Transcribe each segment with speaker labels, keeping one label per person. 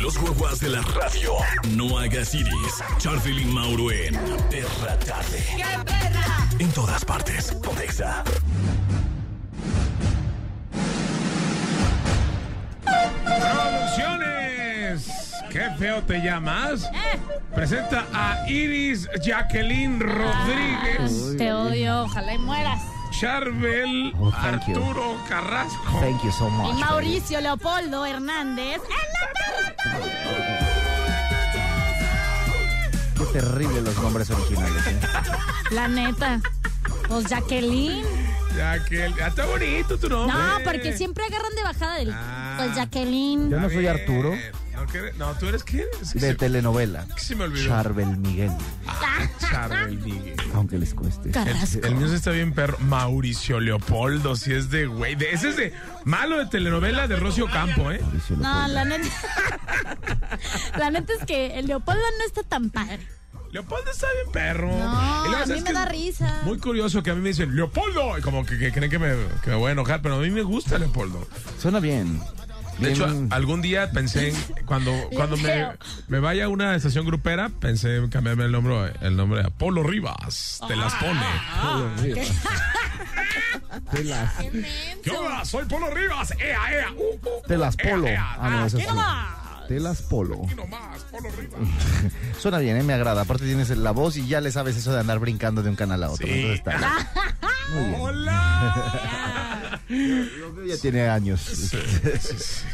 Speaker 1: Los guaguas de la radio. No hagas iris. Charvel y Mauro en Perra Tarde. En todas partes. Pontexa.
Speaker 2: Producciones. Qué feo te llamas. Presenta a Iris Jacqueline Rodríguez,
Speaker 3: Te odio, ojalá y mueras.
Speaker 2: Charbel
Speaker 4: Oh, thank you.
Speaker 2: Arturo Carrasco.
Speaker 4: Thank you so
Speaker 3: Y
Speaker 4: much.
Speaker 3: Mauricio Leopoldo Hernández.
Speaker 4: Qué terrible los nombres originales. ¿eh?
Speaker 3: La neta. Pues Jacqueline.
Speaker 2: Jacqueline. Ah, está bonito tu nombre.
Speaker 3: No, porque siempre agarran de bajada del.
Speaker 2: Ah.
Speaker 3: Pues
Speaker 4: Yo
Speaker 3: Jacqueline.
Speaker 4: no
Speaker 2: Está
Speaker 4: soy
Speaker 2: bien.
Speaker 4: Arturo
Speaker 2: No, que eres- no, ¿tú eres quién? Es que
Speaker 4: de
Speaker 2: se-
Speaker 4: telenovela.
Speaker 2: se me olvidó.
Speaker 4: Charbel Miguel,
Speaker 2: Charbel Miguel.
Speaker 4: aunque les cueste.
Speaker 3: Carrasco.
Speaker 2: este. El mío sí está bien perro. Mauricio Leopoldo, si es de güey. de- ese es de malo de telenovela de Rocio Campo, ¿eh?
Speaker 4: Mauricio
Speaker 3: No,
Speaker 4: Leopoldo.
Speaker 3: la neta. La neta es que el Leopoldo no está tan padre.
Speaker 2: Leopoldo está bien perro.
Speaker 3: No,
Speaker 2: Y luego,
Speaker 3: a
Speaker 2: ¿sabes
Speaker 3: mí me
Speaker 2: qué?
Speaker 3: da risa.
Speaker 2: Muy curioso que a mí me dicen Leopoldo. Y como que, que creen que me, que me voy a enojar, pero a mí me gusta Leopoldo.
Speaker 4: Suena bien.
Speaker 2: De hecho,
Speaker 4: Bien.
Speaker 2: a- algún día pensé en- cuando, cuando me,
Speaker 3: Leo.
Speaker 2: me vaya a una estación grupera, pensé en cambiarme el nombre, el nombre a Polo Rivas. Te las pone. Ah, ¿Qué onda? Soy Polo Rivas. Ea, ea. Uh, uh,
Speaker 4: Te las
Speaker 2: ea,
Speaker 4: polo.
Speaker 2: ea.
Speaker 4: Ah, no, esa
Speaker 3: ¿Qué
Speaker 4: es una.
Speaker 3: más?
Speaker 4: Te las polo.
Speaker 2: Aquí nomás, Polo Rivas.
Speaker 4: Suena bien, ¿eh? me agrada. Aparte tienes la voz y ya le sabes eso de andar brincando de un canal a otro.
Speaker 2: Sí.
Speaker 4: Entonces está bien.
Speaker 2: ¡Hola!
Speaker 4: Ya tiene años.
Speaker 2: Sí,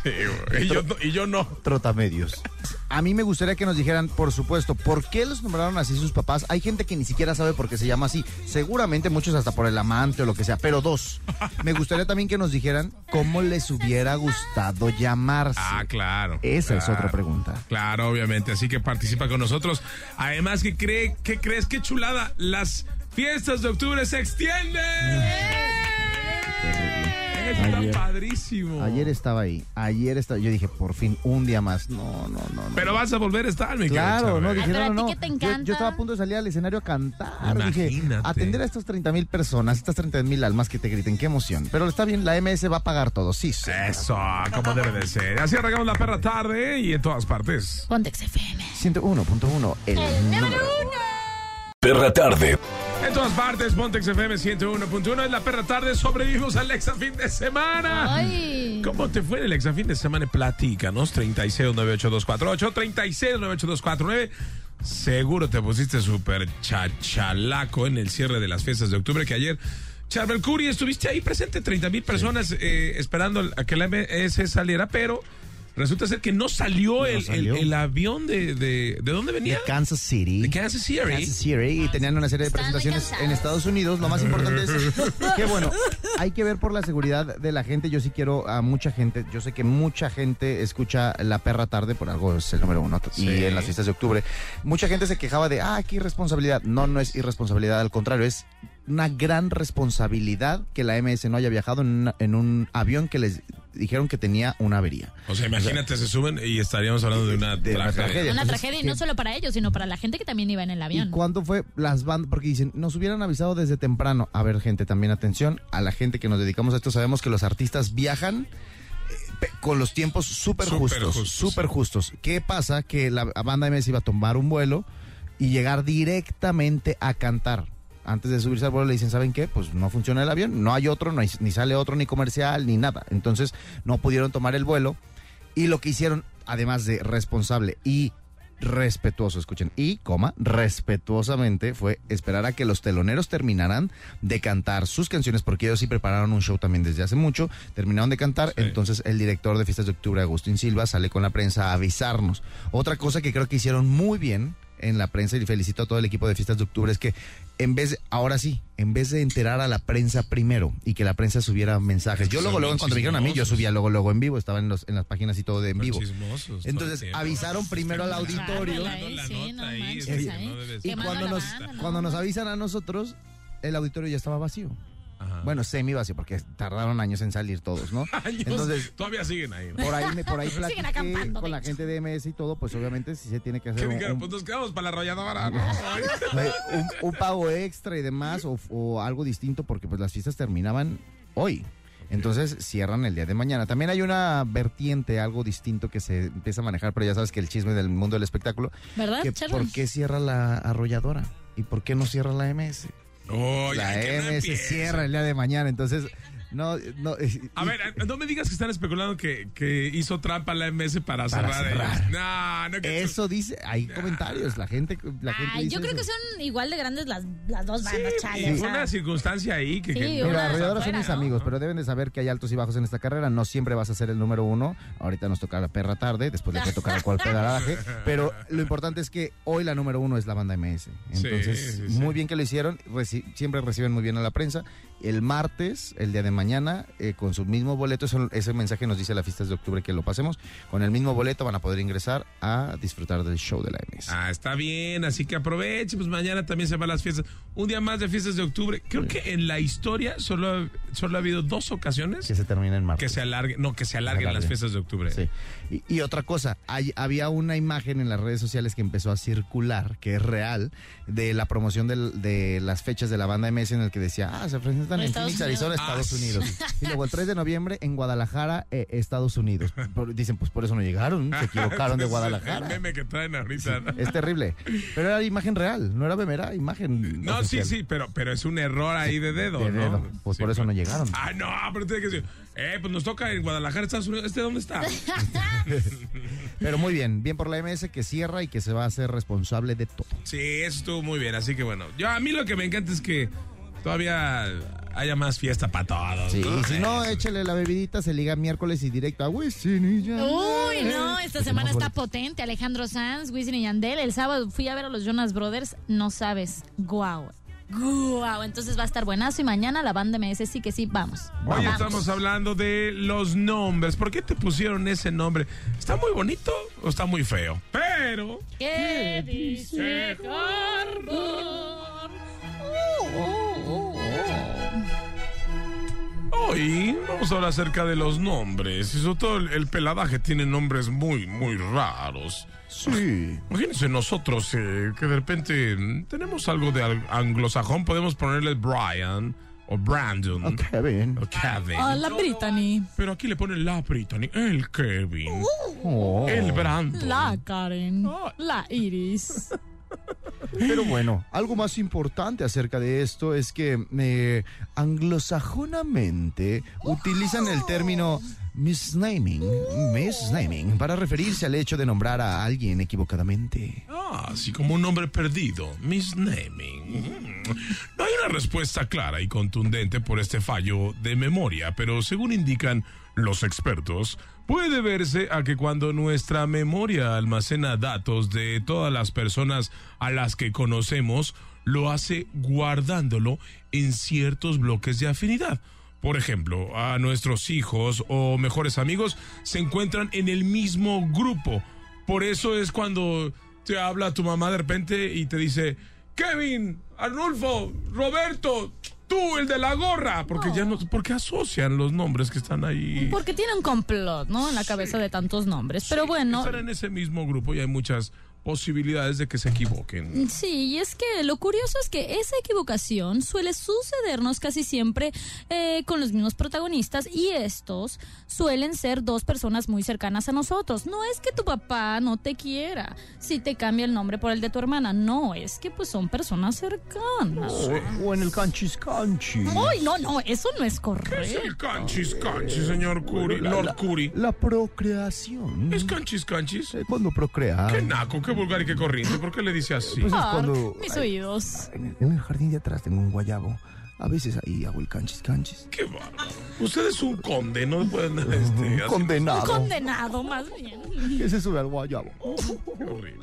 Speaker 2: güey. y, yo, no- y yo no.
Speaker 4: Trotamedios. A mí me gustaría que nos dijeran, por supuesto, ¿por qué los nombraron así sus papás? Hay gente que ni siquiera sabe por qué se llama así. Seguramente muchos hasta por el amante o lo que sea. Pero dos, me gustaría también que nos dijeran cómo les hubiera gustado llamarse.
Speaker 2: Ah, claro.
Speaker 4: Esa es
Speaker 2: claro.
Speaker 4: otra pregunta.
Speaker 2: Claro, obviamente. Así que participa con nosotros. Además, ¿qué, cree, qué crees? ¡Qué chulada! Las fiestas de octubre se extienden.
Speaker 3: ¡Eh!
Speaker 2: Eso
Speaker 4: Ayer-
Speaker 2: está padrísimo.
Speaker 4: Ayer estaba ahí, ayer estaba, yo dije, por fin, un día más. No, no, no. no.
Speaker 2: Pero vas a volver a estar, mi
Speaker 4: Claro, no,
Speaker 2: querido Charbel.
Speaker 4: dije,
Speaker 3: pero a
Speaker 4: no,
Speaker 3: ti
Speaker 4: no.
Speaker 3: que te
Speaker 4: Yo- Yo,
Speaker 3: encanta.
Speaker 4: estaba a punto de salir al escenario a cantar. Dije,
Speaker 2: Imagínate.
Speaker 4: atender a estas 30 mil personas, estas 30 mil almas que te griten, qué emoción. Pero está bien, la MS va a pagar todo, sí. sí.
Speaker 2: Eso, como debe de ser. Así arrancamos la perra tarde ¿eh? y en todas partes.
Speaker 3: Pontex FM.
Speaker 4: 101.1, el, número.
Speaker 1: Perra Tarde.
Speaker 2: En todas partes, Pontex FM 101.1 es la perra tarde. Sobrevivimos al Exa fin de semana.
Speaker 3: Ay.
Speaker 2: ¿Cómo te fue en el exafín de semana? Platícanos, 36982488, 36982499. Seguro te pusiste súper chachalaco en el cierre de las fiestas de octubre que ayer. Charbel Curi, estuviste ahí presente, 30 mil personas eh, esperando a que la MS saliera, pero resulta ser que no salió, el, el-
Speaker 4: salió.
Speaker 2: el avión de, de... ¿De dónde venía?
Speaker 4: De Kansas City.
Speaker 2: De Kansas City. ¿eh?
Speaker 4: Kansas City, y tenían una serie de
Speaker 3: Están muy
Speaker 4: presentaciones
Speaker 3: cansados.
Speaker 4: en Estados Unidos. Lo más importante es que, bueno, hay que ver por la seguridad de la gente. Yo sí quiero a mucha gente. Yo sé que mucha gente escucha La Perra Tarde, por algo es el número uno.
Speaker 2: Sí.
Speaker 4: Y en las fiestas de octubre, mucha gente se quejaba de, ah, qué irresponsabilidad. No, no es irresponsabilidad, al contrario, es una gran responsabilidad que la MS no haya viajado en, una- en un avión que les dijeron que tenía una avería.
Speaker 2: O sea, imagínate, se suben y estaríamos hablando de una
Speaker 4: de una
Speaker 2: tragedia.
Speaker 4: tragedia.
Speaker 3: Una
Speaker 4: Entonces,
Speaker 3: tragedia y no
Speaker 4: ¿qué?
Speaker 3: solo para ellos, sino para la gente que también iba en el
Speaker 4: ¿Y
Speaker 3: avión.
Speaker 4: cuándo fue las bandas? Porque dicen, nos hubieran avisado desde temprano. A ver, gente, también atención. A la gente que nos dedicamos a esto, sabemos que los artistas viajan eh, pe- con los tiempos súper
Speaker 2: Súper
Speaker 4: justos.
Speaker 2: justos,
Speaker 4: Súper justos. ¿Qué pasa? Que la banda MS iba a tomar un vuelo y llegar directamente a cantar. Antes de subirse al vuelo le dicen, ¿saben qué? Pues no funciona el avión, no hay otro, no hay- ni sale otro, ni comercial, ni nada. Entonces no pudieron tomar el vuelo. Y lo que hicieron, además de responsable y respetuoso, escuchen, y coma, respetuosamente fue esperar a que los teloneros terminaran de cantar sus canciones, porque ellos sí prepararon un show también desde hace mucho, terminaron de cantar, entonces el director de Fiestas de Octubre, Agustín Silva, sale con la prensa a avisarnos. Otra cosa que creo que hicieron muy bien en la prensa y felicito a todo el equipo de Fiestas de Octubre es que en vez, ahora sí, en vez de enterar a la prensa primero y que la prensa subiera mensajes. Yo
Speaker 2: Son
Speaker 4: luego, luego, en cuanto me dijeron a mí, yo
Speaker 2: chismosos.
Speaker 4: subía pues, luego, luego en vivo, estaba en, los, en las páginas y todo de en vivo.
Speaker 2: Chismosos todo el
Speaker 4: Entonces,
Speaker 2: tiempo.
Speaker 4: avisaron primero al
Speaker 2: Están
Speaker 4: auditorio.
Speaker 2: dando la nota
Speaker 3: Sí, no
Speaker 2: ahí,
Speaker 3: manches,
Speaker 2: porque
Speaker 3: ¿eh?
Speaker 2: no debes-
Speaker 4: Y
Speaker 3: Quemando
Speaker 4: cuando
Speaker 3: la
Speaker 4: nos,
Speaker 3: banda, ¿no?
Speaker 4: cuando nos avisan a nosotros, el auditorio ya estaba vacío.
Speaker 2: Ajá.
Speaker 4: Bueno, semi vacío, porque tardaron años en salir todos, ¿no?
Speaker 2: Años,
Speaker 4: Entonces,
Speaker 2: todavía siguen ahí. ¿no?
Speaker 4: por ahí, me- por ahí
Speaker 3: Siguen
Speaker 4: platiqué
Speaker 3: acampando,
Speaker 4: con
Speaker 3: de
Speaker 4: la
Speaker 3: hecho.
Speaker 4: gente de MS y todo, pues obviamente sí se tiene que
Speaker 2: ¿Qué
Speaker 4: hacer un,
Speaker 2: dijeron?
Speaker 4: un-
Speaker 2: Pues nos quedamos para la rayadora. ¿no?
Speaker 4: Oye, Eh, un, un pago extra y demás o, o algo distinto porque pues las fiestas terminaban hoy. Entonces cierran el día de mañana. También hay una vertiente, algo distinto que se empieza a manejar, pero ya sabes que el chisme del mundo del espectáculo,
Speaker 3: ¿Verdad,
Speaker 4: que
Speaker 3: Charlie?
Speaker 4: ¿por qué cierra la arrolladora? ¿Y por qué no cierra la MS?
Speaker 2: Oye,
Speaker 4: la
Speaker 2: que no
Speaker 4: MS
Speaker 2: empiece.
Speaker 4: cierra el día de mañana, entonces no, no
Speaker 2: A ver, eh, no me digas que están especulando que, que hizo trampa la MS para, cerrar.
Speaker 4: cerrar.
Speaker 2: ellos. No, no que
Speaker 4: eso dice, hay comentarios, la gente, la gente
Speaker 3: Ay,
Speaker 4: dice
Speaker 3: yo creo que
Speaker 4: eso.
Speaker 3: son igual de grandes las, las dos
Speaker 2: Sí,
Speaker 3: bandas, Charlie.
Speaker 2: y
Speaker 3: o
Speaker 2: fue
Speaker 3: sea.
Speaker 2: una circunstancia ahí que,
Speaker 3: Sí,
Speaker 2: que-
Speaker 3: una-
Speaker 4: Pero las
Speaker 3: Afuera,
Speaker 4: arrolladoras son mis
Speaker 3: ¿no?
Speaker 4: amigos, pero deben de saber que hay altos y bajos en esta carrera. No siempre vas a ser el número uno. Ahorita nos toca la perra tarde, después le puede tocar al cual pedalaje. Pero lo importante es que hoy la número uno es la banda MS. Entonces,
Speaker 2: Sí, sí, sí.
Speaker 4: muy bien que lo hicieron. reci- siempre reciben muy bien a la prensa. El martes, el día de mañana, eh, con su mismo boleto, eso- ese mensaje nos dice la fiesta de octubre que lo pasemos. Con el mismo boleto van a poder ingresar a disfrutar del show de la MS.
Speaker 2: Ah, está bien, así que aproveche, pues mañana también se van las fiestas. Un día más de fiestas de octubre. Creo que en la historia solo, solo ha habido dos ocasiones
Speaker 4: Que se termina en martes.
Speaker 2: que se alarguen, no, que se alarguen
Speaker 4: alargue.
Speaker 2: las fiestas de octubre.
Speaker 4: Sí. Y, y otra cosa, hay- había una imagen en las redes sociales que empezó a circular, que es real, de la promoción del- de las fechas de la banda MS en el que decía, ah, se presentan en
Speaker 3: Estados
Speaker 4: Phoenix, Arizona,
Speaker 2: Ah,
Speaker 4: Estados
Speaker 2: sí.
Speaker 4: Unidos. Y luego el 3 de noviembre en Guadalajara, eh, Estados Unidos. Por- dicen, pues por eso no llegaron, se equivocaron de
Speaker 2: Ese es el- El
Speaker 4: Guadalajara.
Speaker 2: meme que traen ahorita. ¿no?
Speaker 4: Es terrible. Pero era imagen real, no era memera, imagen.
Speaker 2: No, sí,
Speaker 4: oficial.
Speaker 2: sí, pero, pero es un error ahí de dedo,
Speaker 4: De
Speaker 2: ¿no?
Speaker 4: dedo. Pues
Speaker 2: Sí,
Speaker 4: por eso
Speaker 2: claro.
Speaker 4: no llegaron.
Speaker 2: Ah, no, pero tiene que decir, eh, pues nos toca en Guadalajara, Estados Unidos. ¿Este dónde está?
Speaker 4: Pero muy bien, bien por la MS que cierra y que se va a hacer responsable de todo.
Speaker 2: Sí, eso estuvo muy bien, así que bueno. Yo a mí lo que me encanta es que todavía haya más fiesta para todos.
Speaker 4: Sí,
Speaker 2: ¿no?
Speaker 4: y si no, échele la bebidita, se liga miércoles y directo a Wisin y Yandel.
Speaker 3: Uy, no, esta
Speaker 2: Pues
Speaker 4: Que
Speaker 3: semana
Speaker 4: tenemos
Speaker 3: está potente. Alejandro Sanz, Wisin y Yandel. El sábado fui a ver a los Jonas Brothers. No sabes, guau. Guau. Entonces va a estar buenazo y mañana la banda me dice sí que sí, vamos.
Speaker 2: Hoy
Speaker 3: vamos.
Speaker 2: estamos hablando de los nombres. ¿Por qué te pusieron ese nombre? ¿Está muy bonito o está muy feo? Pero.
Speaker 3: ¿Qué dice Harbour?
Speaker 2: Hoy vamos a hablar acerca de los nombres. Y sobre todo el, el peladaje tiene nombres muy, muy raros.
Speaker 4: Sí.
Speaker 2: Imagínense nosotros eh, que de repente mm, tenemos algo de al- anglosajón. Podemos ponerle Brian o Brandon
Speaker 4: Qué bien.
Speaker 2: o Kevin.
Speaker 3: Hola, Brittany.
Speaker 2: Pero aquí le ponen la Brittany, el Kevin,
Speaker 4: Oh,
Speaker 2: el Brandon.
Speaker 3: La Karen. La Iris.
Speaker 4: Pero bueno, algo más importante acerca de esto es que eh, anglosajonamente utilizan el término misnaming, misnaming, para referirse al hecho de nombrar a alguien equivocadamente.
Speaker 2: Ah, así como un nombre perdido, misnaming. Mm. No hay una respuesta clara y contundente por este fallo de memoria, pero según indican los expertos, puede deberse a que cuando nuestra memoria almacena datos de todas las personas a las que conocemos, lo hace guardándolo en ciertos bloques de afinidad. Por ejemplo, a nuestros hijos o mejores amigos se encuentran en el mismo grupo. Por eso es cuando te habla tu mamá de repente y te dice, Kevin, Arnulfo, Roberto, tú, el de la gorra. Porque ya no, porque asocian los nombres que están ahí.
Speaker 3: Porque tiene un complot, ¿no? En la cabeza de tantos nombres. Pero bueno,
Speaker 2: Están en ese mismo grupo y hay muchas posibilidades de que se equivoquen.
Speaker 3: Sí, y es que lo curioso es que esa equivocación suele sucedernos casi siempre eh, con los mismos protagonistas y estos suelen ser dos personas muy cercanas a nosotros. No es que tu papá no te quiera si te cambia el nombre por el de tu hermana, no, es que pues son personas cercanas.
Speaker 4: O, o en el canchis canchis.
Speaker 3: Uy, no, no, eso no es correcto.
Speaker 2: el canchis, canchis, señor Curi, Lord Curi.
Speaker 4: La procreación.
Speaker 2: ¿Es canchis, canchis?
Speaker 4: Eh, Cuando procrear.
Speaker 2: Qué naco, qué vulgar y qué corriente. ¿Por qué le dice así?
Speaker 4: Pues es
Speaker 3: Ah,
Speaker 4: cuando-
Speaker 3: mis oídos.
Speaker 4: En el jardín de atrás tengo un guayabo. A veces ahí hago el canchis canchis.
Speaker 2: Qué bárbaro. Usted es un conde, no pueden este, así-
Speaker 4: Condenado.
Speaker 3: Condenado, más bien.
Speaker 4: que se sube al guayabo.
Speaker 2: Qué horrible.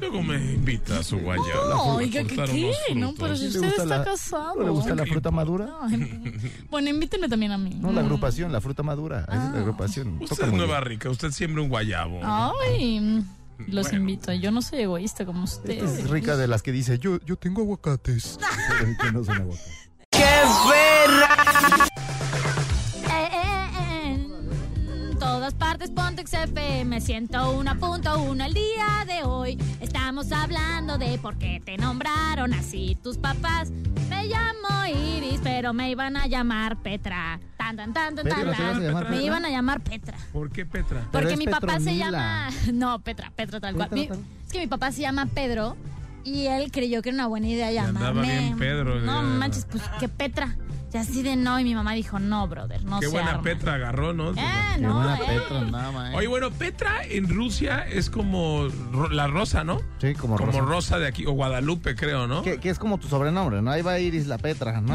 Speaker 2: Luego me invita a su guayaba.
Speaker 3: No, oiga, ¿qué?
Speaker 2: cortar
Speaker 3: qué?
Speaker 2: unos
Speaker 3: No,
Speaker 2: frutos.
Speaker 3: pero si
Speaker 4: ¿Le
Speaker 3: usted
Speaker 4: gusta
Speaker 3: está
Speaker 4: la-
Speaker 3: casado.
Speaker 4: ¿No le gusta la
Speaker 2: ¿Qué
Speaker 4: fruta
Speaker 2: importa?
Speaker 4: madura?
Speaker 3: Ay, bueno, invíteme también a mí.
Speaker 4: No, la agrupación, la fruta madura. Esa es la agrupación.
Speaker 2: Usted
Speaker 4: Toca
Speaker 2: es
Speaker 4: muy
Speaker 2: nueva
Speaker 4: bien. Ah,
Speaker 2: rica, usted siembra un guayabo.
Speaker 3: Ay, los
Speaker 2: Bueno.
Speaker 3: invito. Yo no soy egoísta como usted.
Speaker 4: Esta Este es rica de las que dice, yo, yo tengo aguacates. Pero que no son aguacates.
Speaker 3: Eh, En todas partes Pontex FM 101.1 el día de hoy estamos hablando de por qué te nombraron así tus papás. Me llamo Iris, pero me iban a llamar Petra. Tan tan tan tan
Speaker 4: Petra,
Speaker 3: tan.
Speaker 4: ¿te ibas a
Speaker 3: tan.
Speaker 4: llamar
Speaker 3: Me
Speaker 4: Petra?
Speaker 3: iban a llamar Petra.
Speaker 2: ¿Por qué Petra?
Speaker 4: Pero
Speaker 3: Porque
Speaker 4: es
Speaker 3: mi papá se
Speaker 4: Petronila.
Speaker 3: llama. No, Petra, Petra tal cual.
Speaker 4: Petra,
Speaker 3: Mi-
Speaker 4: tal.
Speaker 3: Es que mi papá se llama Pedro y él creyó que era una buena idea llamarme.
Speaker 2: andaba bien Pedro,
Speaker 3: No
Speaker 2: ya.
Speaker 3: manches, pues que Petra. Y así de no. Y mi mamá dijo, no, brother, no
Speaker 2: Qué
Speaker 3: se
Speaker 2: buena
Speaker 3: arma.
Speaker 2: Petra agarró, ¿no?
Speaker 3: Eh,
Speaker 4: Qué
Speaker 3: no,
Speaker 4: buena
Speaker 3: eh.
Speaker 4: Petra, nada más. eh.
Speaker 2: Oye, bueno, Petra en Rusia es como ro- la rosa, ¿no?
Speaker 4: Sí, como,
Speaker 2: Como
Speaker 4: rosa.
Speaker 2: rosa de aquí, o Guadalupe, creo, ¿no?
Speaker 4: Que, que es como tu sobrenombre, ¿no? Ahí va Iris la Petra, ¿no?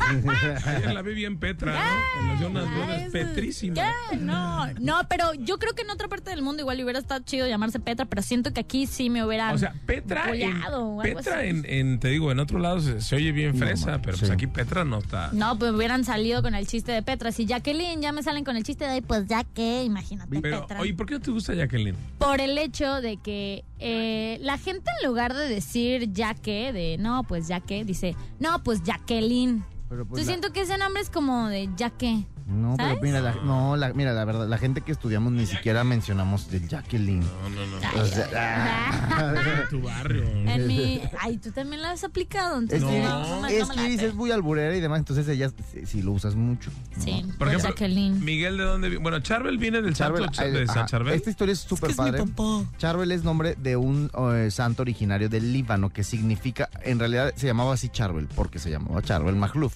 Speaker 2: Ayer la vi bien Petra, ¿no? En los Jonas Brothers,
Speaker 3: Ay, eso-
Speaker 2: Petrísima.
Speaker 3: ¿Qué? No, no, pero yo creo que en otra parte del mundo igual hubiera estado chido llamarse Petra, pero siento que aquí sí me hubieran.
Speaker 2: O sea, Petra, en,
Speaker 3: Goleado o algo
Speaker 2: Petra
Speaker 3: así.
Speaker 2: en, en- te digo, en otro lado se, se oye bien fresa, pero pues
Speaker 4: sí.
Speaker 2: aquí Petra no está.
Speaker 3: no, pues hubieran salido con el chiste de Petra. Si Jacqueline ya me salen con el chiste de ahí, pues ya que, imagínate.
Speaker 2: Pero,
Speaker 3: Petra.
Speaker 2: oye, ¿por qué no te gusta Jacqueline?
Speaker 3: por el hecho de que eh, la gente en lugar de decir ya que, de no, pues ya que, dice, no, pues Jacqueline.
Speaker 4: Pero
Speaker 3: Yo
Speaker 4: pues la-
Speaker 3: siento que ese nombre es como de ya que.
Speaker 4: No, pero
Speaker 3: ¿Sabes?
Speaker 4: mira, la, no, la, mira, la verdad, la gente que estudiamos ni siquiera mencionamos del Jacqueline.
Speaker 2: No, no, no.
Speaker 4: O sea, ah,
Speaker 2: En tu barrio.
Speaker 3: en mi, ay, tú también la has aplicado.
Speaker 4: es,
Speaker 3: Entonces,
Speaker 4: que,
Speaker 3: no, no me-
Speaker 4: es
Speaker 3: no me
Speaker 4: que
Speaker 3: late.
Speaker 4: Iris es muy alburera y demás, entonces ella si, si lo usas mucho. ¿no?
Speaker 3: Sí,
Speaker 2: Por
Speaker 3: pues
Speaker 2: ejemplo,
Speaker 3: Jacqueline.
Speaker 2: Miguel, ¿de dónde viene? Bueno, Charbel viene del
Speaker 4: Charbel,
Speaker 2: santo Cha-
Speaker 4: ahí-
Speaker 2: de San
Speaker 4: ajá, este
Speaker 2: Charbel.
Speaker 4: Esta historia es súper
Speaker 3: es mi
Speaker 4: padre. Charbel es nombre de un eh, santo originario del Líbano que significa, en realidad se llamaba así Charbel, porque se llamaba Charbel Mahluf.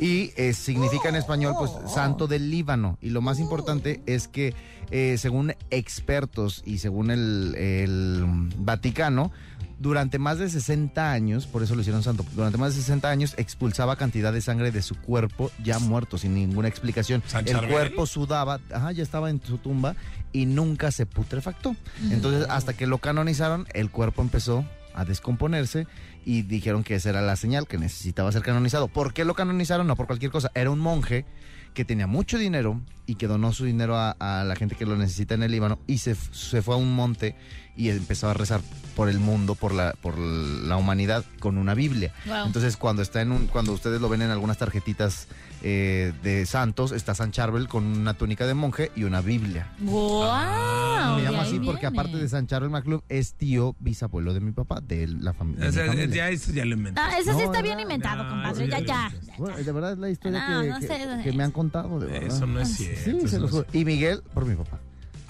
Speaker 4: Y eh, significa en español, pues, santo del Líbano. Y lo más importante es que, eh, según expertos y según el, el Vaticano, durante más de 60 años, por eso lo hicieron santo, durante más de 60 años expulsaba cantidad de sangre de su cuerpo ya muerto, sin ninguna explicación.
Speaker 2: ¿San
Speaker 4: El
Speaker 2: Charbel?
Speaker 4: cuerpo sudaba, ajá, ya estaba en su tumba y nunca se putrefactó. Entonces, hasta que lo canonizaron, el cuerpo empezó a descomponerse y dijeron que esa era la señal que necesitaba ser canonizado. ¿Por qué lo canonizaron? No por cualquier cosa. Era un monje que tenía mucho dinero y que donó su dinero a, a la gente que lo necesita en el Líbano y se, f- se fue a un monte y empezó a rezar por el mundo, por la, por la humanidad con una Biblia.
Speaker 3: Wow.
Speaker 4: Entonces, cuando está en un, cuando ustedes lo ven en algunas tarjetitas eh, de santos, está San Charbel con una túnica de monje y una Biblia.
Speaker 3: Wow.
Speaker 4: Ah, Me
Speaker 3: de
Speaker 4: llamo
Speaker 3: Ah, ahí
Speaker 4: así porque
Speaker 3: viene.
Speaker 4: aparte de San Charbel McClub es tío bisabuelo de mi papá, de la fami- de
Speaker 2: O
Speaker 4: mi
Speaker 2: sea,
Speaker 4: familia.
Speaker 2: ya, eso ya lo inventé.
Speaker 3: Ah, ese sí
Speaker 4: No,
Speaker 3: está
Speaker 4: ¿verdad?
Speaker 3: bien inventado,
Speaker 2: No,
Speaker 3: compadre.
Speaker 2: eso
Speaker 3: Ya,
Speaker 2: ya
Speaker 3: ya.
Speaker 2: lo
Speaker 4: Bueno, de verdad es la historia
Speaker 3: No,
Speaker 4: que,
Speaker 3: no
Speaker 4: que-
Speaker 3: sé, Ah,
Speaker 4: que me han contado, de verdad.
Speaker 2: Eso no es
Speaker 4: Sí,
Speaker 2: cierto.
Speaker 4: se
Speaker 2: eso
Speaker 4: los
Speaker 2: no es
Speaker 4: juro. Y Miguel por mi papá.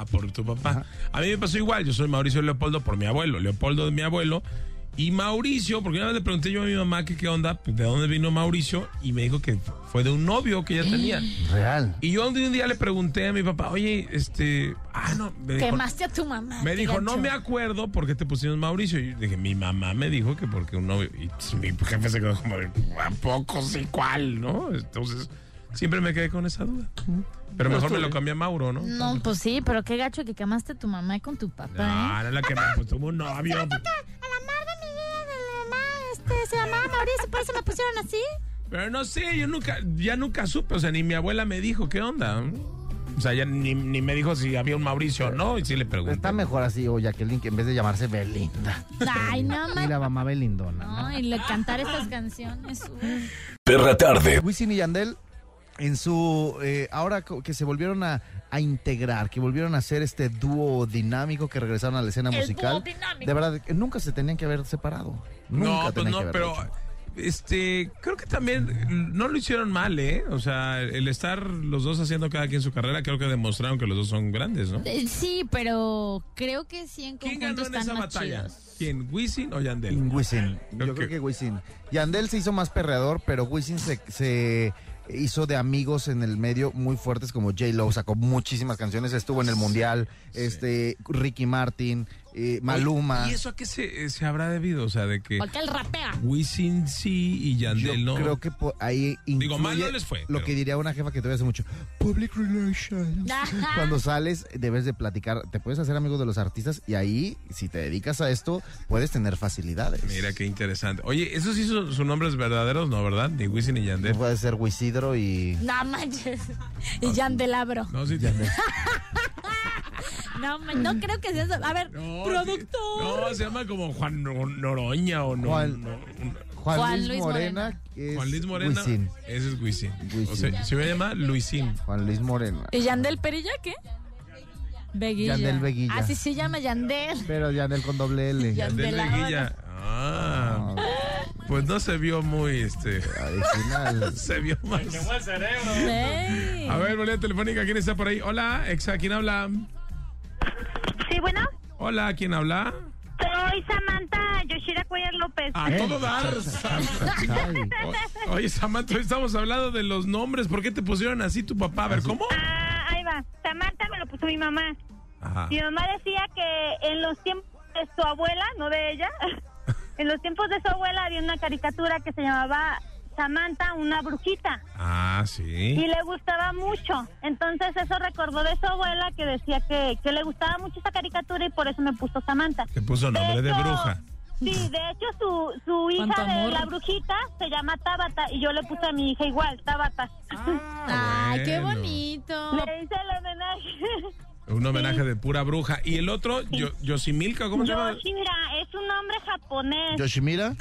Speaker 2: Ah, por tu papá. A mí me pasó igual. Yo soy Mauricio Leopoldo por mi abuelo. Leopoldo de mi abuelo. Y Mauricio, porque una vez le pregunté yo a mi mamá que qué onda, pues, de dónde vino Mauricio, y me dijo que fue de un novio que ella tenía.
Speaker 4: Real.
Speaker 2: Y yo un día- un día le pregunté a mi papá, oye, este, ah, no, me dijo,
Speaker 3: Quemaste a tu mamá.
Speaker 2: me
Speaker 3: qué
Speaker 2: dijo, no
Speaker 3: gacho.
Speaker 2: me acuerdo por qué te pusieron Mauricio. Y yo dije, mi mamá me dijo que porque un novio. Y pues, mi jefe se quedó como, de, ¿a poco sí cuál? ¿No? Entonces, siempre me quedé con esa duda. Pero mejor me lo cambié a Mauro, ¿no?
Speaker 3: No, pues sí, pero qué gacho que quemaste a tu mamá con tu papá. ¿eh?
Speaker 2: No, no la que me pues, tuvo un novio.
Speaker 3: el amor de mi vida, de mi mamá, este, se llamaba Mauricio, por eso me pusieron así.
Speaker 2: Pero no sé, yo nunca, ya nunca supe. O sea, ni mi abuela me dijo, ¿qué onda? O sea, ya ni, ni me dijo si había un Mauricio o no. Y sí le pregunté.
Speaker 4: Pues Está mejor así, o Jacqueline, que en vez de llamarse Belinda.
Speaker 3: ¿eh? Ay, no,
Speaker 4: Y
Speaker 3: ma-
Speaker 4: la mamá Belindona. ¿no?
Speaker 3: No, y le cantar estas canciones. uy.
Speaker 1: Perra tarde.
Speaker 4: Wisin y Yandel en su eh, ahora co- que se volvieron a, a integrar, que volvieron a ser este dúo dinámico que regresaron a la escena
Speaker 3: El dúo
Speaker 4: musical.
Speaker 3: dinámico.
Speaker 4: De verdad, eh, nunca se tenían que haber separado. Nunca
Speaker 2: no, pues
Speaker 4: tenían que
Speaker 2: no,
Speaker 4: haber
Speaker 2: pero este, creo que también no lo hicieron mal, ¿eh? O sea, el estar los dos haciendo cada quien su carrera, creo que demostraron que los dos son grandes, ¿no?
Speaker 3: Eh, Sí, pero creo que sí en
Speaker 2: ¿Quién
Speaker 3: conjunto
Speaker 2: ganó en
Speaker 3: están
Speaker 2: esa
Speaker 3: más
Speaker 2: batalla?
Speaker 3: chidos.
Speaker 2: ¿Quién? ¿Wisin o Yandel?
Speaker 4: Wisin. Yo
Speaker 2: Ok.
Speaker 4: creo que Wisin. Yandel se hizo más perreador, pero Wisin se, se hizo de amigos en el medio muy fuertes como J-Lo, sacó muchísimas canciones, estuvo en el Mundial, este Ricky Martin, eh, Maluma.
Speaker 2: ¿Y eso a qué eh, se, se habrá debido? O sea, de que
Speaker 3: Porque él rapea.
Speaker 2: Wisin sí y
Speaker 4: Yo
Speaker 2: Yandel no.
Speaker 4: creo que po- ahí
Speaker 2: Digo, mal
Speaker 4: influye
Speaker 2: no les fue,
Speaker 4: Lo
Speaker 2: pero-
Speaker 4: que diría una jefa que te hace mucho. Public relations.
Speaker 3: Ajá.
Speaker 4: Cuando sales, debes de platicar. Te puedes hacer amigo de los artistas y ahí, si te dedicas a esto, puedes tener facilidades.
Speaker 2: Mira qué interesante. Oye, esos sí son, son nombres verdaderos, ¿no? ¿Verdad? Ni Wisin ni Yandel.
Speaker 4: Puede ser Wisidro y.
Speaker 3: No manches. Y Yandelabro.
Speaker 2: No, sí.
Speaker 3: No, man- no creo que sea eso. A ver,
Speaker 2: Mm. No, sí.
Speaker 3: productor.
Speaker 2: No, se llama como Juan Nor- Noroña o no.
Speaker 4: Juan-
Speaker 2: no- un-
Speaker 4: Juan,
Speaker 3: Juan
Speaker 4: Luis,
Speaker 3: Luis
Speaker 4: Morena. que es
Speaker 2: Juan Luis Morena.
Speaker 4: Wisin.
Speaker 2: Ese es Wisin.
Speaker 4: Wisin.
Speaker 2: O sea, se me llama Luisín.
Speaker 4: Juan Luis Morena.
Speaker 3: ¿Y Yandel Perilla qué? Veguilla.
Speaker 4: Yandel Veguilla.
Speaker 3: Así se llama Yandel.
Speaker 4: Pero Yanel con doble L.
Speaker 3: Ya-
Speaker 2: Yandel
Speaker 3: De la
Speaker 2: Leguilla. Ah. Pues no se vio muy, este.
Speaker 4: Original.
Speaker 2: Se vio más.
Speaker 3: Ey.
Speaker 2: A ver, boleta telefónica, ¿quién está por ahí? Hola, exa, ¿quién habla?
Speaker 5: Sí, bueno,
Speaker 2: Hola, ¿quién habla?
Speaker 5: soy Samantha Yoshira Cuellar López.
Speaker 2: A todo dar.
Speaker 4: Ay.
Speaker 2: O- Oye, Samantha, hoy estamos hablando de los nombres. ¿Por qué te pusieron así tu papá? A ver, ¿cómo?
Speaker 5: Ah, ahí va. Samantha me lo puso mi mamá.
Speaker 2: Ajá.
Speaker 5: Mi mamá decía que en los tiempos de su abuela, no de ella, en los tiempos de su abuela había una caricatura que se llamaba Samantha, una brujita,
Speaker 2: Ah,
Speaker 5: y
Speaker 2: sí.
Speaker 5: le gustaba mucho. Entonces eso recordó de su abuela que decía que, que le gustaba mucho esa caricatura y por eso me puso Samantha.
Speaker 2: Te puso nombre de
Speaker 5: hecho,
Speaker 2: bruja.
Speaker 5: Sí, de hecho su, su hija
Speaker 3: Cuánto
Speaker 5: de
Speaker 3: amor.
Speaker 5: la brujita se llama Tabata y yo le puse a mi hija igual, Tabata.
Speaker 3: Ay, qué
Speaker 2: bueno.
Speaker 3: bonito.
Speaker 5: Le hice el homenaje.
Speaker 2: Un homenaje de pura bruja. Y el otro, yo, Yosimilka, ¿cómo se llama?
Speaker 5: Yoshimira es un nombre japonés.
Speaker 4: Yoshimira.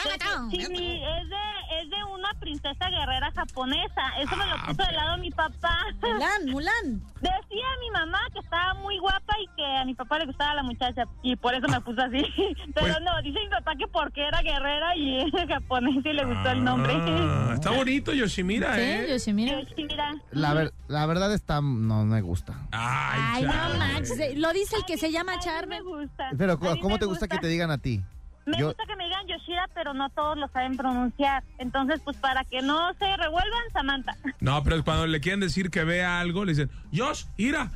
Speaker 5: Yoshimi es de, es de una princesa guerrera japonesa. Eso me lo
Speaker 2: Ah,
Speaker 5: puso de lado mi papá.
Speaker 3: Mulan, Mulan.
Speaker 5: Decía mi mamá que estaba muy guapa y que a mi papá le gustaba la muchacha y por eso me puso así. Pero
Speaker 2: Pues-
Speaker 5: no, dice mi papá que porque era guerrera y es japonesa y le gustó el nombre.
Speaker 2: Ah, está bonito, Yoshimira, ¿eh?
Speaker 3: Sí, Yoshimira.
Speaker 5: Yoshimira.
Speaker 4: La, ver- la verdad está. No me gusta.
Speaker 2: Ay,
Speaker 3: Ay, no
Speaker 2: chale.
Speaker 3: manches. eh, Lo dice el que se
Speaker 5: A
Speaker 3: llama
Speaker 5: mí
Speaker 3: Charme.
Speaker 5: Me gusta.
Speaker 4: Pero,
Speaker 5: A
Speaker 4: ¿cómo
Speaker 5: mí
Speaker 4: cómo
Speaker 5: me
Speaker 4: te gusta que te digan a ti?
Speaker 5: Me
Speaker 4: Yo-
Speaker 5: gusta que me digan Yoshira, pero no todos lo saben pronunciar. Entonces, pues para que no se revuelvan, Samantha.
Speaker 2: No, pero cuando le quieren decir que vea algo, le dicen, Josh, ira.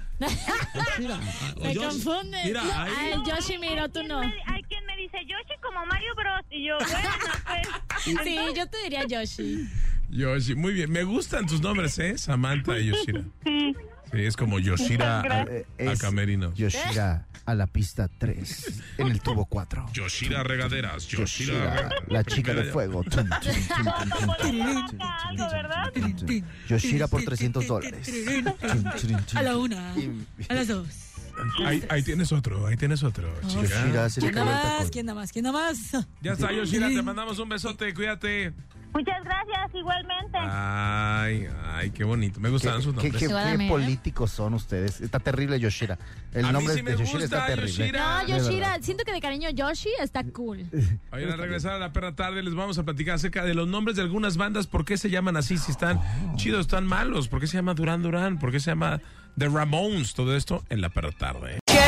Speaker 3: Se confunde.
Speaker 2: Mira, ahí.
Speaker 3: Ay, Yoshimiro, tú
Speaker 5: Hay quien
Speaker 3: no.
Speaker 5: me- hay quien me dice Yoshi como Mario Bros. Y yo, bueno, pues.
Speaker 3: Sí, yo te diría Yoshi.
Speaker 2: Yoshi, muy bien. Me gustan tus nombres, ¿eh? Samantha y Yoshira.
Speaker 5: Sí.
Speaker 2: Sí, es como Yoshira a,
Speaker 4: Eh,
Speaker 2: a Camerino.
Speaker 4: Yoshira a la pista 3, en el tubo 4.
Speaker 2: Yoshira Regaderas, Yoshira.
Speaker 4: Yoshira, la chica de fuego. Tum, tum, tum, tum,
Speaker 5: Como la palanca, algo, ¿verdad?
Speaker 4: tum, tum. Yoshira por 300 dólares. Tum, tum, tum.
Speaker 6: A la una, a las dos.
Speaker 2: Ahí, ahí tienes otro, ahí tienes otro, chica.
Speaker 4: Yoshira se le
Speaker 6: ¿Quién da
Speaker 4: acabó el
Speaker 6: más?
Speaker 4: tacón.
Speaker 6: ¿Quién da más? ¿Quién da más?
Speaker 2: Ya está, Yoshira, te mandamos un besote, cuídate.
Speaker 5: Muchas gracias, igualmente.
Speaker 2: Ah. Ay, ay, qué bonito. Me gustan sus
Speaker 4: ¿Qué, qué,
Speaker 2: nombres.
Speaker 4: qué-
Speaker 3: Se va a
Speaker 4: qué
Speaker 3: dar miedo.
Speaker 4: políticos son ustedes? Está terrible Yoshira. El
Speaker 2: A mí
Speaker 4: nombre
Speaker 2: sí me
Speaker 4: de Yoshira
Speaker 2: gusta,
Speaker 4: está terrible.
Speaker 2: Yoshira.
Speaker 3: No,
Speaker 2: De
Speaker 3: Yoshira, siento que de cariño Yoshi está cool.
Speaker 2: Oigan, al regresar a la perra tarde les vamos a platicar acerca de los nombres de algunas bandas, por qué se llaman así, si están
Speaker 4: Oh.
Speaker 2: chidos, están malos, por qué se llama Durán Durán, por qué se llama The Ramones, todo esto en la perra tarde. ¡Qué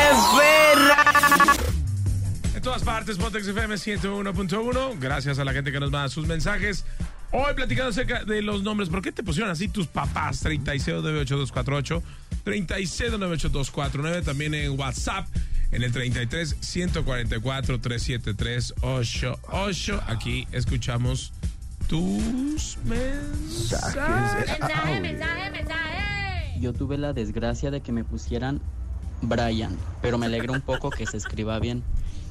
Speaker 2: En todas partes, Pontex FM 101.1, gracias a la gente que nos manda sus mensajes. Hoy platicando acerca de los nombres, ¿por qué te pusieron así tus papás? 36982248, 36982249, también en WhatsApp en el 33 144 373 88. Aquí escuchamos tus mensajes.
Speaker 3: Mensaje, mensaje, mensaje.
Speaker 7: Yo tuve la desgracia de que me pusieran Brian, pero me alegra un poco que se escriba bien.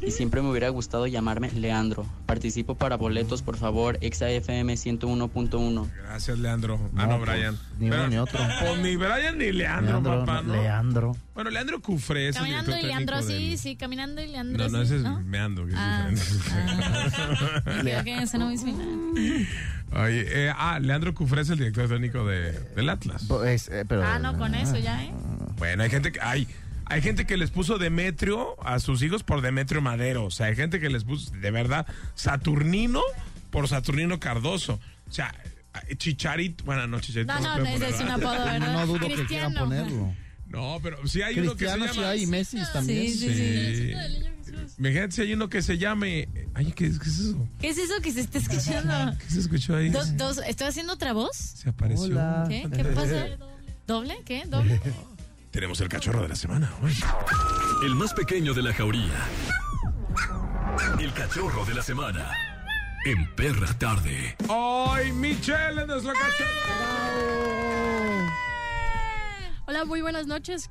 Speaker 7: Y siempre me hubiera gustado llamarme Leandro. Participo para boletos, por favor, ExaFM 101.1.
Speaker 2: Gracias, Leandro. Ah,
Speaker 4: No,
Speaker 2: no,
Speaker 4: pues,
Speaker 2: Brian.
Speaker 4: ni uno ni otro.
Speaker 2: Pues ni Brian ni Leandro,
Speaker 4: Leandro,
Speaker 2: papá.
Speaker 4: no,
Speaker 2: ¿no?
Speaker 4: Leandro.
Speaker 2: Bueno, Leandro Cufré es el
Speaker 3: Caminando
Speaker 2: director
Speaker 3: y
Speaker 2: técnico
Speaker 3: Leandro, sí,
Speaker 2: del-
Speaker 3: sí, caminando y Leandro.
Speaker 2: No, no,
Speaker 3: sí,
Speaker 2: ese es meando, que es
Speaker 3: Ah,
Speaker 2: diferente.
Speaker 3: Me equivoqué, ese no me hizo nada.
Speaker 2: Oye, eh, ah, Leandro Cufré es el director técnico de, del Atlas.
Speaker 4: Pues, eh, pero-
Speaker 3: Ah, no, con eso ya, ¿eh?
Speaker 2: Bueno, hay gente que hay, hay gente que les puso Demetrio a sus hijos por Demetrio Madero. O sea, hay gente que les puso de verdad Saturnino por Saturnino Cardoso. O sea, Chicharito, bueno, no Chicharito.
Speaker 3: No, no,
Speaker 2: creo,
Speaker 3: no, ese
Speaker 2: pero-
Speaker 3: es un apodo, ¿verdad?
Speaker 4: No dudo que quieran
Speaker 3: Cristiano.
Speaker 4: ponerlo.
Speaker 2: No, pero sí hay
Speaker 4: Cristiano
Speaker 2: uno que se
Speaker 4: sí
Speaker 2: llama
Speaker 4: hay y Messi también.
Speaker 3: Sí, sí, sí.
Speaker 2: Sí. Imagínate si hay uno que se llame. Ay, ¿qué, qué es eso?
Speaker 3: ¿Qué es eso que se está escuchando?
Speaker 2: ¿Qué se escuchó ahí?
Speaker 3: Dos, dos, ¿Estoy haciendo otra voz?
Speaker 2: Se apareció. Eh.
Speaker 4: Hola.
Speaker 3: ¿Qué? ¿Qué pasa? ¿Doble? ¿Qué? ¿Doble?
Speaker 2: Tenemos el cachorro de la semana hoy.
Speaker 1: El más pequeño de la jauría. El cachorro de la semana. En perra tarde.
Speaker 2: Hoy Michelle nos lo
Speaker 8: Hola, muy buenas noches.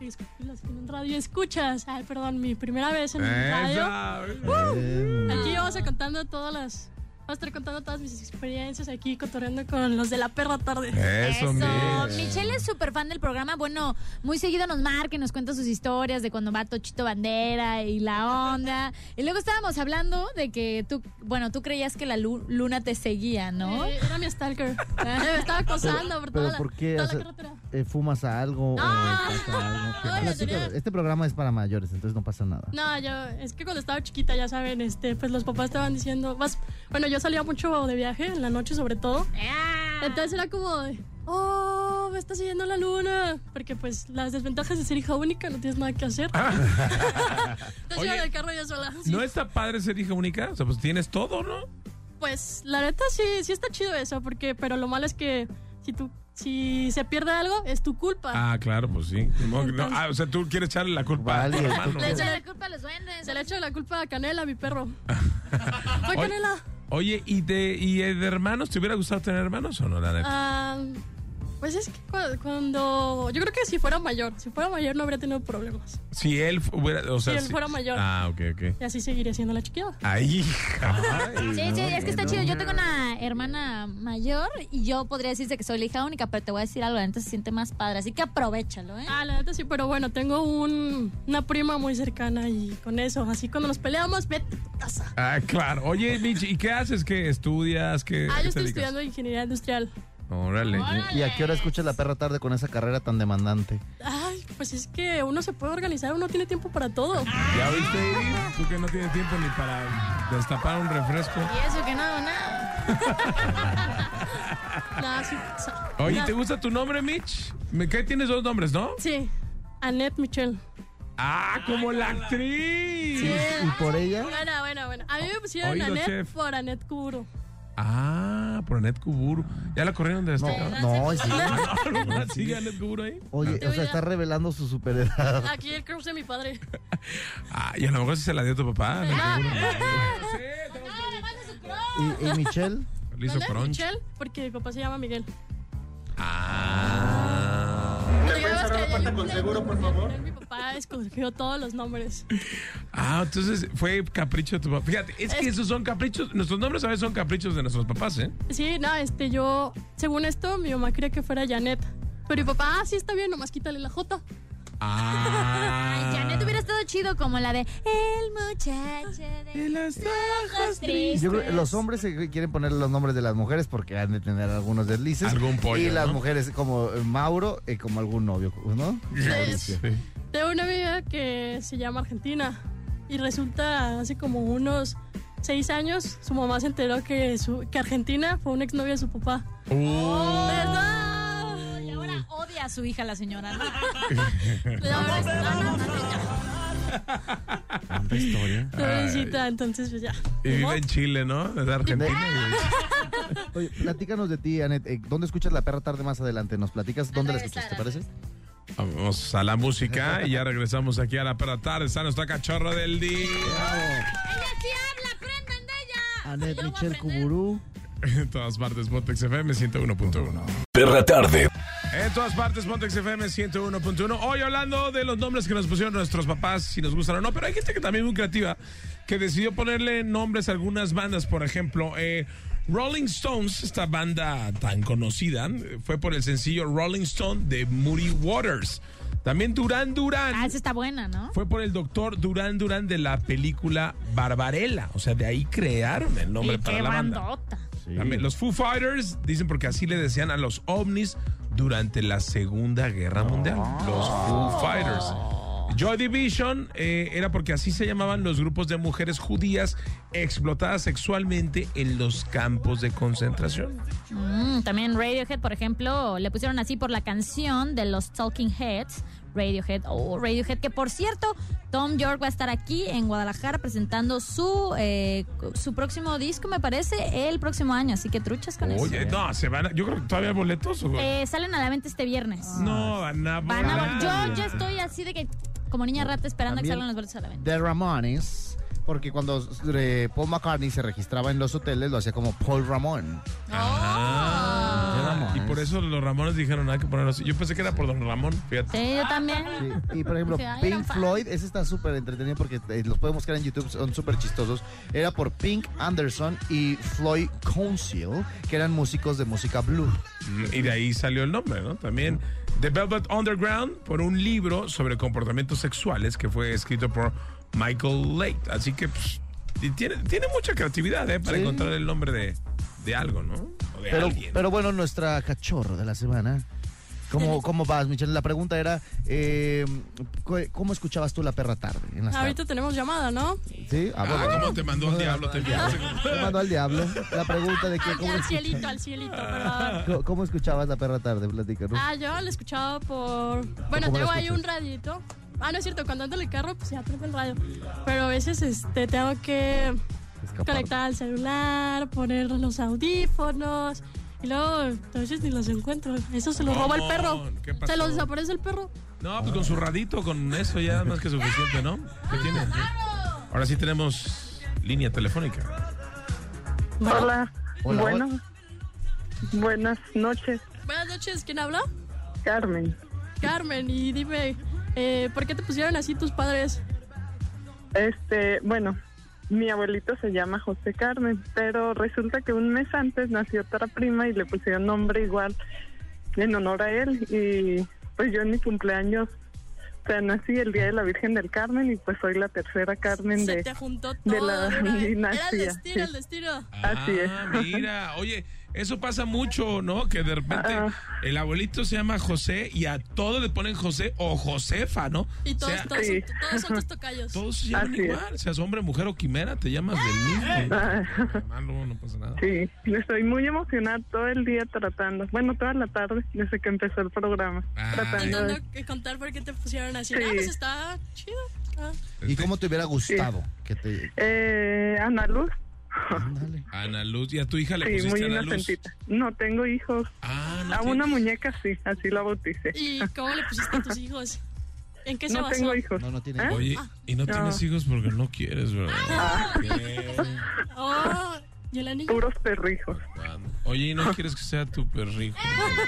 Speaker 8: Disculpen las que no en radio escuchas. Ay, perdón, mi primera vez en radio. Aquí vamos a contando todas las. Vamos a estar contando todas mis experiencias aquí, cotorreando con los de la perra tarde.
Speaker 2: Eso,
Speaker 3: Eso.
Speaker 2: Mitch.
Speaker 3: Michelle es súper fan del programa. Bueno, muy seguido nos marca y nos cuenta sus historias de cuando va Tochito Bandera y la onda. Y luego estábamos hablando de que tú, bueno, tú creías que la lu- luna te seguía, ¿no? Ah.
Speaker 8: Eh, era mi stalker. Me estaba acosando por toda
Speaker 4: Pero
Speaker 8: la,
Speaker 4: ¿por qué
Speaker 8: toda la
Speaker 4: hace-
Speaker 8: carretera.
Speaker 4: eh, fumas algo? o
Speaker 8: Ah.
Speaker 4: pasa algo? ¿Qué
Speaker 8: Ay,
Speaker 4: pasa?
Speaker 8: la tenía-
Speaker 4: Este programa es para mayores, entonces no pasa nada.
Speaker 8: No, yo, es que cuando estaba chiquita, ya saben, este, pues los papás estaban diciendo, vas, bueno, yo salía mucho de viaje, en la noche sobre todo.
Speaker 3: Ah.
Speaker 8: Entonces era como de, oh, me está siguiendo la luna. Porque pues las desventajas de ser hija única, no tienes nada que hacer. Entonces
Speaker 2: Ah. Oye,
Speaker 8: iba en el carro yo sola. sí.
Speaker 2: ¿No está padre ser hija única? O sea, pues tienes todo, ¿no?
Speaker 8: Pues la neta sí, sí está chido eso, porque, pero lo malo es que si tú, si se pierde algo, es tu culpa.
Speaker 2: Ah, claro, pues sí. Ni modo que no. Ah, o sea, tú quieres echarle la culpa a tu
Speaker 4: Vale,
Speaker 2: hermano.
Speaker 4: tú quieres-
Speaker 3: la culpa a los duendes.
Speaker 8: Se le echa la culpa a Canela, mi perro. Fue
Speaker 2: Oye.
Speaker 8: Canela.
Speaker 2: Oye, ¿y de, ¿y de hermanos? ¿Te hubiera gustado tener hermanos o no, la neta?
Speaker 8: Ah, pues es que cu- cuando. Yo creo que si fuera mayor, si fuera mayor no habría tenido problemas.
Speaker 2: Si él fu- hubiera. O sea,
Speaker 8: Ah. él fuera mayor.
Speaker 2: Ah, ok, ok.
Speaker 8: Y así seguiría siendo la chiquilla.
Speaker 2: Ay, hija.
Speaker 3: Sí, sí, es que está chido. Yo tengo una hermana mayor y yo podría decirse que soy la hija única, pero te voy a decir algo, la neta se siente más padre, así que aprovechalo, ¿eh?
Speaker 8: Ah, la neta sí, pero bueno, tengo un, una prima muy cercana y con eso, así cuando nos peleamos, vete a tu casa.
Speaker 2: Ah, claro. Oye, Mitch, ¿y qué haces? ¿Qué estudias? ¿Qué,
Speaker 8: Ah,
Speaker 2: ¿qué
Speaker 8: yo
Speaker 2: te
Speaker 8: estoy
Speaker 2: dedicas?
Speaker 8: estudiando ingeniería industrial.
Speaker 2: Órale.
Speaker 4: ¿Y a qué hora escuchas la perra tarde con esa carrera tan demandante?
Speaker 8: Ay, pues es que uno se puede organizar, uno tiene tiempo para todo.
Speaker 2: ¿Ya viste, Iri? Tú que no tienes tiempo ni para destapar un refresco.
Speaker 3: Y eso que no, nada.
Speaker 8: Nada, sí, o sea,
Speaker 2: Oye,
Speaker 8: nada.
Speaker 2: ¿te gusta tu nombre, Mitch? Me cae tienes dos nombres, ¿no?
Speaker 8: Sí, Annette Michelle.
Speaker 2: Ah, como la actriz.
Speaker 8: Sí.
Speaker 4: ¿Y por ella?
Speaker 8: Buena, buena, buena. A mí me pusieron
Speaker 2: Oído,
Speaker 8: Annette
Speaker 2: chef.
Speaker 8: por Annette Cuburo.
Speaker 2: Ah, por Anet Kuburu. ¿Ya la corrieron de este
Speaker 4: No, no, sí.
Speaker 2: ¿Sigue Anet Kuburu ahí?
Speaker 4: Oye, o sea, está revelando su superedad.
Speaker 8: Aquí el crush de mi padre.
Speaker 2: Ah, y a lo mejor sí se la dio a tu papá. Anet
Speaker 8: Ah.
Speaker 2: Kuburu.
Speaker 4: ¿Y, y Michelle?
Speaker 2: Le hizo
Speaker 8: Dale,
Speaker 2: crunch.
Speaker 8: Michelle, porque mi papá se llama Miguel.
Speaker 2: Ah.
Speaker 8: ¿Me puedes cerrar la puerta con seguro, por favor? Mi papá escogió todos los nombres.
Speaker 2: Ah, entonces fue capricho de tu papá. Fíjate, es que esos son caprichos. Nuestros nombres a veces son caprichos de nuestros papás, ¿eh?
Speaker 8: Sí, no, este, yo, según esto, mi mamá quería que fuera Janet. Pero mi papá, ah, sí, está bien, nomás quítale la J.
Speaker 2: Ah.
Speaker 3: Ay, Janet hubiera estado chido como la de El muchacho de
Speaker 2: las
Speaker 3: ojos tristes.
Speaker 4: Yo creo que los hombres se quieren poner los nombres de las mujeres porque han de tener algunos deslices.
Speaker 2: Algún pollo,
Speaker 4: Y las
Speaker 2: ¿no?
Speaker 4: mujeres como eh, Mauro y como algún novio, ¿no? Mauricio.
Speaker 8: Tengo una amiga que se llama Argentina. Y resulta, hace como unos seis años, su mamá se enteró que, su, que Argentina fue un exnovio de su papá.
Speaker 3: Oh.
Speaker 8: ¡Perdón!
Speaker 3: Y ahora odia a su hija la señora. ¿no?
Speaker 8: Le da una
Speaker 4: Tanta historia.
Speaker 8: exnovia, entonces pues ya.
Speaker 2: Y
Speaker 8: Ni
Speaker 2: vive
Speaker 8: modo.
Speaker 2: en Chile, ¿no? Es de Argentina.
Speaker 4: Oye, platícanos de ti, Anet. eh, ¿Dónde escuchas la perra tarde más adelante? ¿Nos
Speaker 8: Pues
Speaker 4: platicas dónde la escuchas, te parece?
Speaker 2: Vamos a la música y ya regresamos aquí a la perra tarde. Está nuestra cachorra del día.
Speaker 3: ¡Ella sí habla! ¡Aprendan de ella!
Speaker 4: Anet Michelle Kuburú.
Speaker 2: En todas partes, Montex FM 101.1.
Speaker 1: Perra tarde.
Speaker 2: En todas partes, Montex FM 101.1. Hoy hablando de los nombres que nos pusieron nuestros papás, si nos gustan o no, pero hay gente que también es muy creativa, que decidió ponerle nombres a algunas bandas, por ejemplo, eh, Rolling Stones, esta banda tan conocida, eh, fue por el sencillo Rolling Stone de Moody Waters. También Duran Duran.
Speaker 3: Ah, esa está buena, ¿no?
Speaker 2: Fue por el doctor Durán Durán de la película Barbarella. O sea, de ahí crearon el nombre
Speaker 3: y
Speaker 2: para
Speaker 3: qué
Speaker 2: la banda.
Speaker 3: bandota.
Speaker 2: También los Foo Fighters dicen porque así le decían a los ovnis durante la Segunda Guerra Mundial. Los Foo Fighters. Joy Division eh, era porque así se llamaban los grupos de mujeres judías explotadas sexualmente en los campos de concentración.
Speaker 3: Mm, también Radiohead, por ejemplo, le pusieron así por la canción de los Talking Heads. Radiohead, oh, Radiohead, que por cierto, Tom York va a estar aquí en Guadalajara presentando su eh, su próximo disco, me parece, el próximo año, así que truchas con
Speaker 2: Oye,
Speaker 3: eso.
Speaker 2: no, se van a- yo creo que todavía hay boletos. ¿o?
Speaker 3: Eh, salen a la venta este viernes.
Speaker 4: Ah.
Speaker 2: no, van a
Speaker 3: Van a-
Speaker 2: volar.
Speaker 3: yo ya estoy así de que, como niña rata, esperando a que
Speaker 4: También-
Speaker 8: pues.
Speaker 3: salgan los boletos a la venta.
Speaker 4: The Ramones Porque cuando eh, Paul McCartney se registraba en los hoteles, lo hacía como Paul Ramón.
Speaker 2: Ah,
Speaker 4: Ramones.
Speaker 2: y por eso los Ramones dijeron, hay que ponerlo así. Yo pensé que era por don Ramón, fíjate.
Speaker 3: Sí, yo también.
Speaker 4: Y por ejemplo,
Speaker 3: Sí, ay,
Speaker 4: Pink
Speaker 3: eran fan.
Speaker 4: Floyd, ese está súper entretenido porque eh, los podemos buscar en YouTube, son súper chistosos. Era por Pink Anderson y Floyd Council, que eran músicos de música blue.
Speaker 2: Mm, Y de ahí salió el nombre, ¿no? También The Velvet Underground por un libro sobre comportamientos sexuales que fue escrito por Michael Lake. Así que pues, y tiene, tiene mucha creatividad ¿eh? para
Speaker 4: Sí.
Speaker 2: encontrar el nombre de, de algo, ¿no? O de
Speaker 4: Pero,
Speaker 2: alguien.
Speaker 4: pero bueno, nuestra cachorro de la semana. ¿Cómo, ¿Cómo vas, Michelle? La pregunta era, eh, cu- ¿cómo escuchabas tú la perra tarde? En las
Speaker 8: Ahorita tenemos llamada, ¿no?
Speaker 4: tardes? ¿Sí? Ah,
Speaker 2: Ah,
Speaker 4: bueno.
Speaker 2: ¿cómo te mandó el diablo? Te
Speaker 4: Te mando al diablo. La pregunta de que,
Speaker 8: Al,
Speaker 4: ¿cómo,
Speaker 8: al
Speaker 4: escucha-
Speaker 8: cielito, al cielito, perdón.
Speaker 4: co- cómo escuchabas la perra tarde? Platícanos.
Speaker 8: Ah, yo lo escuchaba por. Bueno,
Speaker 4: ¿Cómo lo
Speaker 8: tengo ahí
Speaker 4: escuchas?
Speaker 8: un radito. Ah, no es cierto, cuando ando en el carro, pues ya prendo el radio. Pero a veces este, tengo que
Speaker 4: Escapar.
Speaker 8: conectar al celular, poner los audífonos. Y luego, entonces ni los encuentro. Eso se lo roba el perro.
Speaker 2: Ramón, ¿qué pasó?
Speaker 8: Se los desaparece el perro.
Speaker 2: No, pues con su radito, con eso ya más que suficiente, ¿no? ¿Qué tiene? Ahora sí tenemos línea telefónica.
Speaker 9: Hola.
Speaker 4: Hola,
Speaker 9: bueno,
Speaker 4: hola.
Speaker 9: buenas noches,
Speaker 8: Buenas noches, ¿quién habla?
Speaker 9: Carmen.
Speaker 8: Carmen, y dime, eh, ¿por qué te pusieron así tus padres?
Speaker 9: Este, bueno, mi abuelito se llama José Carmen, pero resulta que un mes antes nació otra prima y le pusieron nombre igual en honor a él. Y pues yo en mi cumpleaños, o sea, nací el día de la Virgen del Carmen y pues soy la tercera Carmen
Speaker 8: Se
Speaker 9: de.
Speaker 8: te juntó todo.
Speaker 9: de
Speaker 8: una
Speaker 9: la
Speaker 8: vez. Era el
Speaker 9: dinastía,
Speaker 8: destino,
Speaker 9: sí.
Speaker 8: el destino.
Speaker 9: Así es.
Speaker 2: Ah, mira, oye, eso pasa mucho, ¿no? Que de repente
Speaker 9: Ah.
Speaker 2: el abuelito se llama José y a todos le ponen José o Josefa, ¿no?
Speaker 8: Y
Speaker 2: O
Speaker 8: todos,
Speaker 2: sea,
Speaker 8: todos,
Speaker 9: Sí.
Speaker 8: son, todos son tus tocayos.
Speaker 2: todos se llaman
Speaker 9: Así es.
Speaker 2: igual, seas hombre, mujer o quimera, te llamas del mismo.
Speaker 9: Ah.
Speaker 2: Malo, no pasa nada.
Speaker 9: Sí, estoy muy emocionada todo el día tratando, bueno, toda la tarde desde que empezó el programa,
Speaker 2: Ah.
Speaker 9: tratando
Speaker 8: Tratando
Speaker 9: de-
Speaker 8: de contar por qué te pusieron así.
Speaker 9: Sí.
Speaker 8: Ah, pues está chido. Ah,
Speaker 4: ¿Y cómo te hubiera gustado que te...
Speaker 9: Eh, Ana Luz,
Speaker 4: Ándale.
Speaker 2: Ana Luz, y a tu hija le
Speaker 9: sí, muy
Speaker 2: pusiste Ana Luz.
Speaker 9: inocentita. No tengo hijos,
Speaker 2: Ah, no
Speaker 9: a
Speaker 2: tiene-
Speaker 9: una muñeca sí, así la bauticé. Ah,
Speaker 8: ¿Y cómo le pusiste a tus hijos? ¿En qué se
Speaker 9: No
Speaker 8: basó?
Speaker 9: tengo hijos.
Speaker 4: No, no tiene...
Speaker 9: ¿Eh?
Speaker 2: Oye,
Speaker 8: Ah.
Speaker 2: y no, tienes hijos porque no quieres, ¿verdad? Qué
Speaker 8: Oh, ¿Y el anillo?
Speaker 9: Puros perrijos.
Speaker 2: guano. Oye, y no quieres que sea tu perrijo.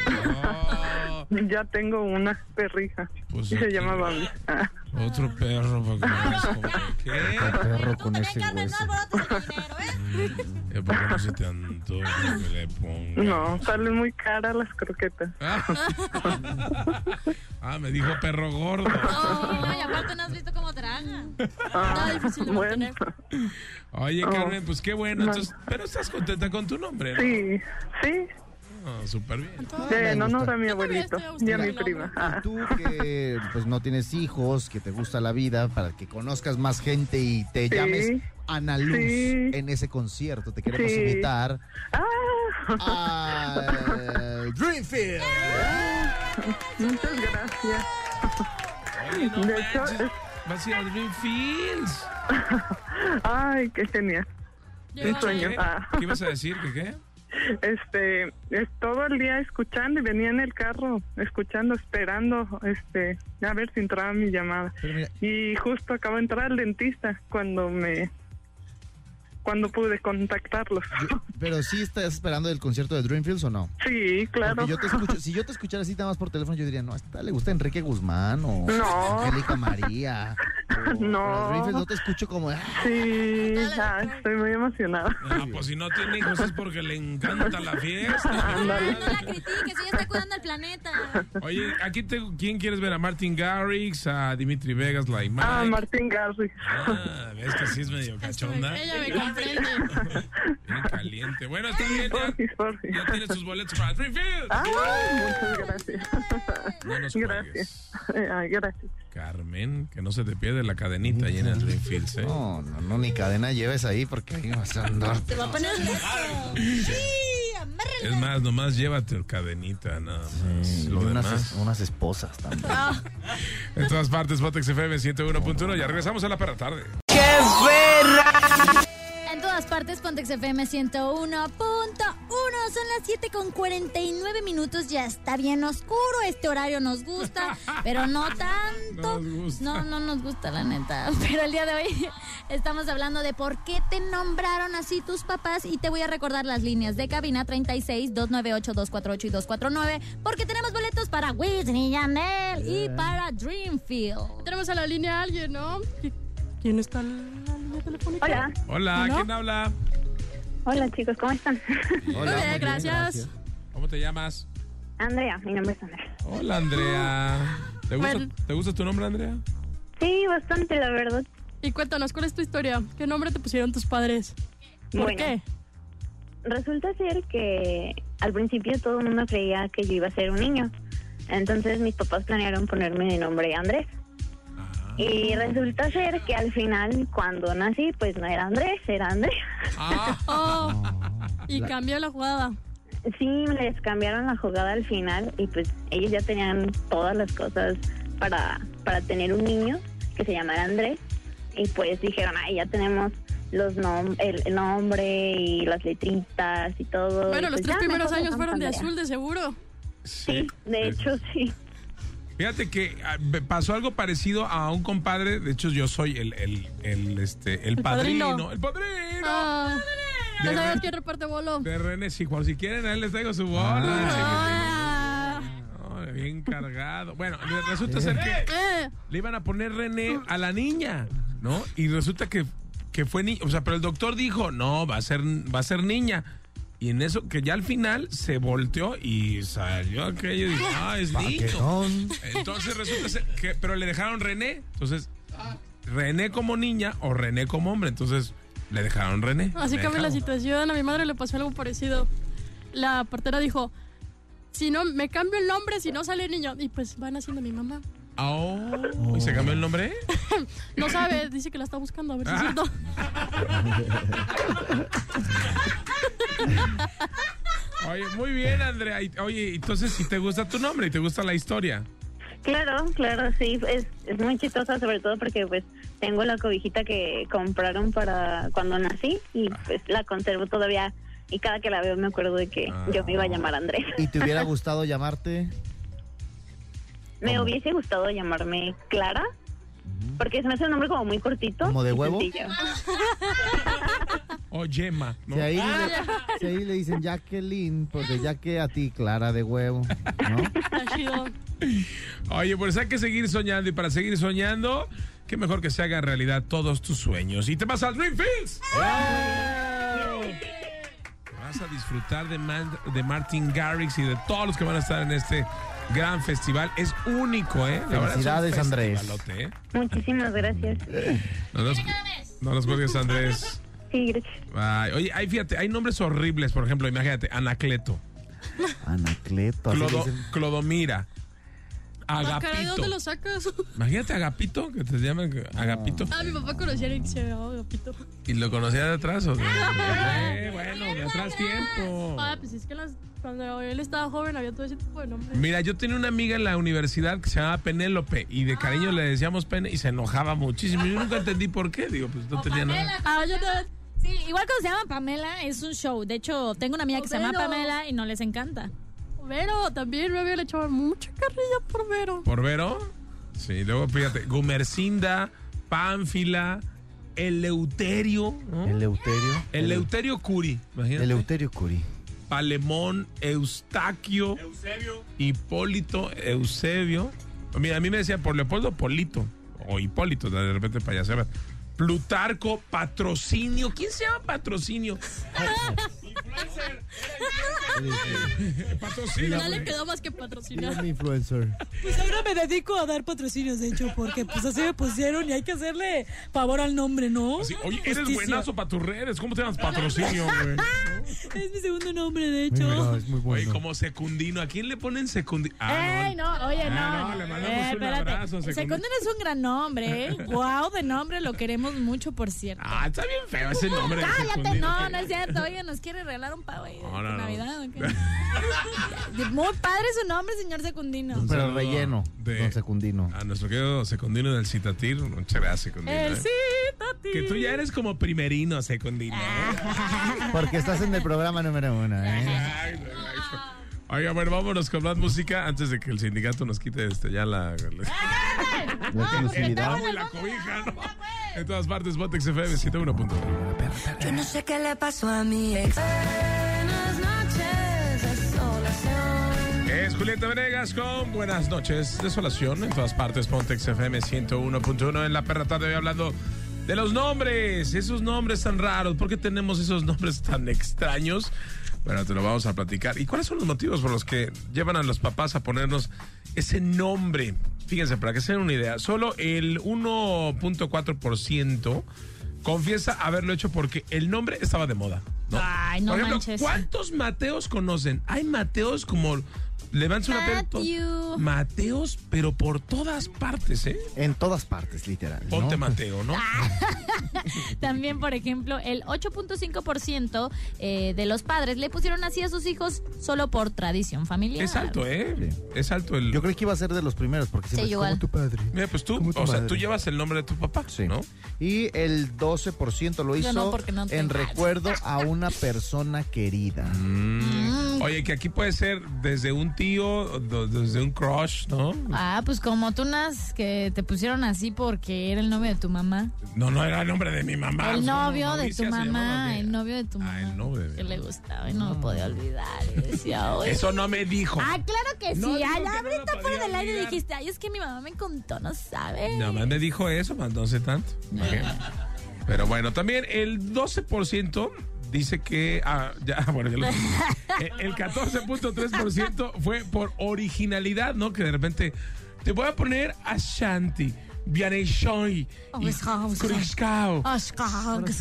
Speaker 2: No,
Speaker 9: Ya tengo una perrija.
Speaker 2: Pues
Speaker 9: y
Speaker 2: aquí-
Speaker 9: se llama Bambi. Ah,
Speaker 2: Otro perro para que no veas como- ¿Qué?
Speaker 4: Perro con ese
Speaker 3: Carmen, no
Speaker 4: hueso.
Speaker 3: alborotes el dinero, ¿eh?
Speaker 2: Eh, ¿Por qué no se te antoja que le ponga?
Speaker 9: no, salen muy caras las croquetas.
Speaker 2: Ah. Ah, me dijo perro gordo.
Speaker 9: Oh,
Speaker 3: No, y aparte no has visto cómo traga.
Speaker 9: Ah,
Speaker 8: difícil de
Speaker 9: bueno,
Speaker 8: mantener.
Speaker 2: Oye,
Speaker 9: Oh.
Speaker 2: Carmen, pues qué bueno. Entonces, pero estás contenta con tu nombre, ¿no?
Speaker 9: sí, sí,
Speaker 2: Ah, Súper bien.
Speaker 9: de, en
Speaker 4: gusta.
Speaker 9: honor a mi
Speaker 8: Yo también
Speaker 9: abuelito
Speaker 8: estoy a gusto
Speaker 9: y a
Speaker 8: con
Speaker 9: mi
Speaker 8: el nombre.
Speaker 9: prima. Ah,
Speaker 4: Tú que pues no tienes hijos, que te gusta la vida, para que conozcas más gente y te
Speaker 9: Sí.
Speaker 4: llames Ana Luz
Speaker 9: Sí.
Speaker 4: en ese concierto. Te queremos
Speaker 9: Sí.
Speaker 4: invitar
Speaker 9: Ah,
Speaker 4: a eh, Dreamfield.
Speaker 9: muchas gracias.
Speaker 2: Oye, no
Speaker 9: De hecho,
Speaker 2: manches.
Speaker 9: es-
Speaker 2: Vas a ir a Dreamfields.
Speaker 9: Ay, qué genial.
Speaker 8: Lleva-
Speaker 9: Un sueño.
Speaker 2: ¿Qué?
Speaker 9: Ah.
Speaker 2: ¿Qué ibas a decir? ¿Que qué?
Speaker 9: Este, es todo el día escuchando y venía en el carro escuchando, esperando, este, a ver si entraba mi llamada.
Speaker 4: Pero mira,
Speaker 9: Y justo acabo de entrar al dentista cuando me, cuando pude contactarlos.
Speaker 4: yo- pero sí estás esperando el concierto de Dreamfields o no?
Speaker 9: Sí, claro.
Speaker 4: Porque yo te escucho, si yo te escuchara así nada más por teléfono, yo diría, no, a esta le gusta Enrique Guzmán o
Speaker 9: No.
Speaker 4: Angélica María. o-
Speaker 9: No.
Speaker 4: pero Dreamfields no te escucho como, "Ah,
Speaker 9: Oh. Sí, ay, estoy muy emocionada.
Speaker 2: Ah, pues si no tiene hijos es porque le encanta la fiesta.
Speaker 3: No la critiques, ella está cuidando el planeta.
Speaker 2: Oye, aquí te, ¿quién quieres ver? ¿A Martin Garrix? ¿A Dimitri Vegas? ¿La Mike?
Speaker 9: Ah, Martín Garrix.
Speaker 2: Ah, ves que sí es medio cachonda.
Speaker 8: Ella me comprende.
Speaker 2: Bien caliente. Bueno, está bien. Ya,
Speaker 9: Porfis, porfis.
Speaker 2: ya tienes sus boletos para Dreamfield.
Speaker 4: Ah,
Speaker 9: Ay, muchas gracias.
Speaker 2: No nos
Speaker 9: Gracias. Eh,
Speaker 2: Gracias.
Speaker 9: Ay, gracias.
Speaker 2: Carmen, que no se te pierde la cadenita ahí en el Dreamfields, ¿eh?
Speaker 4: No, no, no, ni cadena lleves ahí porque ahí vas a andar.
Speaker 3: Te va a poner loco. Sí, amárrala.
Speaker 2: Es más, nomás llévate cadenita, nada más. Lo
Speaker 4: unas,
Speaker 2: demás.
Speaker 4: unas esposas también.
Speaker 8: Ah.
Speaker 2: En todas partes, Botex FM 101.1. Ya regresamos a la para tarde.
Speaker 3: En todas partes. martes, Pontex FM 101.1. Son las 7 con 49 minutos. Ya está bien oscuro. Este horario nos gusta, pero no tanto.
Speaker 2: No nos gusta.
Speaker 3: No, no nos gusta, la neta. Pero el día de hoy estamos hablando de por qué te nombraron así tus papás. Y te voy a recordar las líneas de cabina 36, 298, 248 y 249. Porque tenemos boletos para Whitney Yandel y para Dreamfield.
Speaker 8: Tenemos a la línea a alguien, ¿no? ¿Qui- ¿Quién está en la línea telefónica?
Speaker 10: Hola,
Speaker 2: Hola,
Speaker 8: ¿No?
Speaker 2: ¿quién habla?
Speaker 10: hola chicos, ¿cómo están?
Speaker 4: Hola,
Speaker 8: Muy bien,
Speaker 4: muy bien,
Speaker 8: gracias.
Speaker 4: gracias.
Speaker 2: ¿Cómo te llamas?
Speaker 10: Andrea, mi nombre es Andrea.
Speaker 2: Hola, Andrea. ¿Te gusta,
Speaker 8: Bueno.
Speaker 2: ¿te gusta tu nombre, Andrea?
Speaker 10: Sí, bastante, la verdad.
Speaker 8: Y cuéntanos, ¿cuál es tu historia? ¿Qué nombre te pusieron tus padres? ¿Por
Speaker 10: Bueno.
Speaker 8: qué?
Speaker 10: Resulta ser que al principio todo el mundo creía que yo iba a ser un niño. Entonces mis papás planearon ponerme de nombre Andrés.
Speaker 8: Ah.
Speaker 10: Y resulta ser que al final, cuando nací, pues no era Andrés, era Andrea.
Speaker 2: Ah.
Speaker 8: Oh, y cambió la jugada.
Speaker 10: Sí, les cambiaron la jugada al final y pues ellos ya tenían todas las cosas para, para tener un niño que se llamara Andrés. Y pues dijeron, ay, ya tenemos los nom el, el nombre y las letritas y todo.
Speaker 8: Bueno,
Speaker 10: Y,
Speaker 8: los
Speaker 10: pues,
Speaker 8: tres
Speaker 10: ya,
Speaker 8: primeros
Speaker 10: mejor
Speaker 8: años
Speaker 10: nos
Speaker 8: fueron de
Speaker 10: vamos a
Speaker 8: azul, de seguro.
Speaker 2: Sí.
Speaker 10: Andrea. De hecho, sí.
Speaker 2: Fíjate que ah, me pasó algo parecido a un compadre. De hecho, yo soy el, el, el, este, el,
Speaker 8: El
Speaker 2: padrino.
Speaker 8: padrino.
Speaker 2: El padrino.
Speaker 8: Ah,
Speaker 2: De
Speaker 8: ya sabes
Speaker 2: re-
Speaker 8: quién reparte bolo.
Speaker 2: De René Sijuan. Si quieren, a él les traigo su bola.
Speaker 8: Ah,
Speaker 2: Ay, bien cargado. Bueno, re- resulta ser que
Speaker 8: eh,
Speaker 2: le iban a poner René a la niña, ¿no? Y resulta que, que fue niña. O sea, pero el doctor dijo, no, va a ser, va a ser niña. Y en eso, que ya al final se volteó y salió aquello y dijo, ah, es niño.
Speaker 4: Paquetón.
Speaker 2: Entonces resulta ser que, pero le dejaron René. Entonces,
Speaker 8: Ah.
Speaker 2: René como niña o René como hombre. Entonces, le dejaron René.
Speaker 8: así
Speaker 2: Le
Speaker 8: cambia la
Speaker 2: dejaron.
Speaker 8: situación. A mi madre le pasó algo parecido. La partera dijo, si no, me cambio el nombre si no sale el niño. Y pues van haciendo mi mamá.
Speaker 2: Ah, oh, ¿Y se cambió el nombre?
Speaker 8: No sabe, dice que la está buscando, a ver si
Speaker 2: Ah,
Speaker 8: es cierto.
Speaker 2: Oye, muy bien, Andrea. Y- Oye, entonces, si te gusta tu nombre y te gusta la historia.
Speaker 10: Claro, claro, sí. Es, es muy chistosa, sobre todo porque pues tengo la cobijita que compraron para cuando nací y
Speaker 4: Ah.
Speaker 10: pues la conservo todavía. Y cada que la veo me acuerdo de que
Speaker 2: Ah.
Speaker 10: yo me iba a llamar Andrés.
Speaker 4: ¿Y te hubiera gustado llamarte?
Speaker 10: Me hubiese gustado llamarme Clara, porque se me hace un nombre como muy cortito.
Speaker 4: ¿Como de
Speaker 10: y
Speaker 4: huevo?
Speaker 10: sencillo.
Speaker 2: O Gemma. ¿no?
Speaker 4: Si ahí,
Speaker 3: Ah,
Speaker 4: le, si ahí le dicen Jacqueline, porque ya que a ti, Clara de huevo, ¿no?
Speaker 8: Está chido.
Speaker 2: Oye, pues hay que seguir soñando y para seguir soñando, qué mejor que se hagan realidad todos tus sueños. Y te vas al Dreamfields. Vas a disfrutar de, Man- de Martin Garrix y de todos los que van a estar en este gran festival. Es único, ¿eh? La verdad, es un
Speaker 4: Felicidades, Andrés.
Speaker 2: festivalote, ¿eh?
Speaker 10: Muchísimas gracias.
Speaker 2: No nos, no nos cuelgues, Andrés.
Speaker 10: Sí, gracias.
Speaker 2: Ay, oye, ahí fíjate, hay nombres horribles. Por ejemplo, imagínate, Anacleto.
Speaker 4: Anacleto, así le
Speaker 2: Clodo-
Speaker 4: dicen.
Speaker 2: Clodomira.
Speaker 8: Ah, caray, ¿de
Speaker 2: Agapito.
Speaker 8: dónde lo sacas?
Speaker 2: Imagínate Agapito, que te llaman Agapito.
Speaker 8: Ah, mi papá conocía a Eric se llamaba Agapito.
Speaker 2: ¿Y lo conocía de atrás o de- Eh, bueno, de atrás tiempo.
Speaker 8: Ah, pues es que las- cuando él estaba joven había todo ese tipo de nombres.
Speaker 2: Mira, yo tenía una amiga en la universidad que se llamaba Penélope y de cariño le decíamos Pene y se enojaba muchísimo. Yo nunca entendí por qué. Digo, pues no tenía nada.
Speaker 8: Ah, yo no.
Speaker 3: Sí, igual cuando se llama Pamela es un show. De hecho, tengo una amiga que se llama
Speaker 8: Vero.
Speaker 3: Pamela y no les encanta.
Speaker 8: Vero también me había echado mucha carrilla por Vero.
Speaker 2: ¿Por Vero? Sí, luego fíjate, Gumercinda, Pánfila, Eleuterio, ¿no?
Speaker 4: Eleuterio.
Speaker 2: Eleuterio Curi, imagínate.
Speaker 4: Eleuterio Curi.
Speaker 2: Palemón, Eustaquio, Hipólito, Eusebio. Mira, a mí me decían por Leopoldo Polito o Hipólito, de repente para allá se va. Plutarco, patrocinio. ¿Quién se llama patrocinio? patrocinio.
Speaker 8: No le
Speaker 2: güey.
Speaker 8: quedó más que patrocinar.
Speaker 4: Un influencer.
Speaker 5: Pues ahora me dedico a dar patrocinios, de hecho, porque pues así me pusieron y hay que hacerle favor al nombre, ¿no?
Speaker 2: Así, oye, eres
Speaker 5: Justicia.
Speaker 2: buenazo para tus redes. ¿Cómo te llamas patrocinio, güey?
Speaker 5: Es mi segundo nombre, de
Speaker 4: Mira,
Speaker 5: hecho.
Speaker 4: es muy
Speaker 2: Oye,
Speaker 4: bueno.
Speaker 2: como secundino. ¿A quién le ponen secundino? Ah,
Speaker 3: Ay, no, oye, no. Eh,
Speaker 2: Ah, no, le mandamos un abrazo,
Speaker 3: El
Speaker 2: Secundino.
Speaker 3: Secundino es un gran nombre, ¿eh? Wow, de nombre lo queremos mucho, por cierto.
Speaker 2: Ah, está bien feo ese nombre. de
Speaker 3: Cállate,
Speaker 2: secundino.
Speaker 3: no, no es cierto. Oye, nos quiere regalar un pavo ahí de
Speaker 2: No, no, no.
Speaker 3: Navidad. ok. Muy padre su nombre, señor Secundino.
Speaker 2: Un
Speaker 4: Pero
Speaker 2: saludo
Speaker 4: relleno,
Speaker 2: de-
Speaker 4: don Secundino.
Speaker 2: A nuestro querido Secundino del Citatir. Muchas gracias, Secundino.
Speaker 5: El
Speaker 2: ¿eh?
Speaker 5: sí, tati.
Speaker 2: Que tú ya eres como primerino, Secundino. ¿eh?
Speaker 4: Porque estás en el programa número uno, ¿eh?
Speaker 2: Ay, relaxo. Oiga, bueno, vámonos con más música antes de que el sindicato nos quite este, ya la, la,
Speaker 4: La exclusividad.
Speaker 2: la- la cobija, ¿no? En todas partes, Botex FM 101.1.
Speaker 11: Yo no sé qué le pasó a mi ex. Buenas noches, desolación.
Speaker 2: Es Julieta Venegas con Buenas noches, Desolación. En todas partes, Pontex FM 101.1. En la perra tarde, hoy hablando de los nombres, esos nombres tan raros. ¿Por qué tenemos esos nombres tan extraños? Bueno, te lo vamos a platicar. ¿Y cuáles son los motivos por los que llevan a los papás a ponernos ese nombre? Fíjense, para que se den una idea, solo el 1.4% confiesa haberlo hecho porque el nombre estaba de moda. ¿no?
Speaker 3: Ay, no
Speaker 2: Por ejemplo,
Speaker 3: manches.
Speaker 2: ¿cuántos Mateos conocen? Hay Mateos como. Levanza una pierna.
Speaker 3: Matthew.
Speaker 2: Mateos, pero por todas partes, ¿eh?
Speaker 4: En todas partes, literal. ¿no? Ah.
Speaker 2: Ponte Mateo, ¿no?
Speaker 3: También, por ejemplo, el 8.5% eh, de los padres le pusieron así a sus hijos solo por tradición familiar.
Speaker 2: Es alto, ¿eh? Es alto el.
Speaker 4: Yo creo que iba a ser de los primeros, porque siempre
Speaker 3: Sí,
Speaker 4: es como
Speaker 3: igual.
Speaker 4: tu padre.
Speaker 2: Mira, pues tú,
Speaker 4: Como tu
Speaker 2: o sea,
Speaker 4: madre.
Speaker 2: tú llevas el nombre de tu papá,
Speaker 4: Sí.
Speaker 2: ¿no?
Speaker 4: Y el 12% lo hizo
Speaker 3: no, porque no
Speaker 4: en
Speaker 3: tengo.
Speaker 4: recuerdo a una persona querida.
Speaker 3: Mm.
Speaker 2: Oye, que aquí puede ser desde un tío, do- desde un crush, ¿no?
Speaker 3: Ah, pues como tú nas que te pusieron así porque era el novio de tu mamá.
Speaker 2: No, no era el nombre de mi mamá.
Speaker 3: el
Speaker 2: No,
Speaker 3: novio de
Speaker 2: Mauricia
Speaker 3: tu
Speaker 2: Pues se llamaba
Speaker 3: mamá,
Speaker 2: mi-
Speaker 3: el novio de tu mamá.
Speaker 2: Ah, el novio de mi
Speaker 3: Que
Speaker 2: mamá.
Speaker 3: le gustaba y no lo podía olvidar. Y decía, "Oye".
Speaker 2: Eso no me dijo.
Speaker 3: Ah, claro que sí.
Speaker 2: No, digo
Speaker 3: Ay,
Speaker 2: que no
Speaker 3: ahorita
Speaker 2: la
Speaker 3: fuera
Speaker 2: podía
Speaker 3: del aire
Speaker 2: olvidar.
Speaker 3: dijiste, ay, es que mi mamá me contó, no sabe.
Speaker 2: Nada más me dijo eso, más no sé tanto. Imagínate. Pero bueno, también el 12% dice que. ah, ya, bueno, ya lo dije. Eh, El 14.3% fue por originalidad, ¿no? Que de repente te voy a poner Ashanti, Vianeshoi,
Speaker 3: Oh, es ja, es ja.
Speaker 2: Kurishkao.
Speaker 3: Ay, ca- que-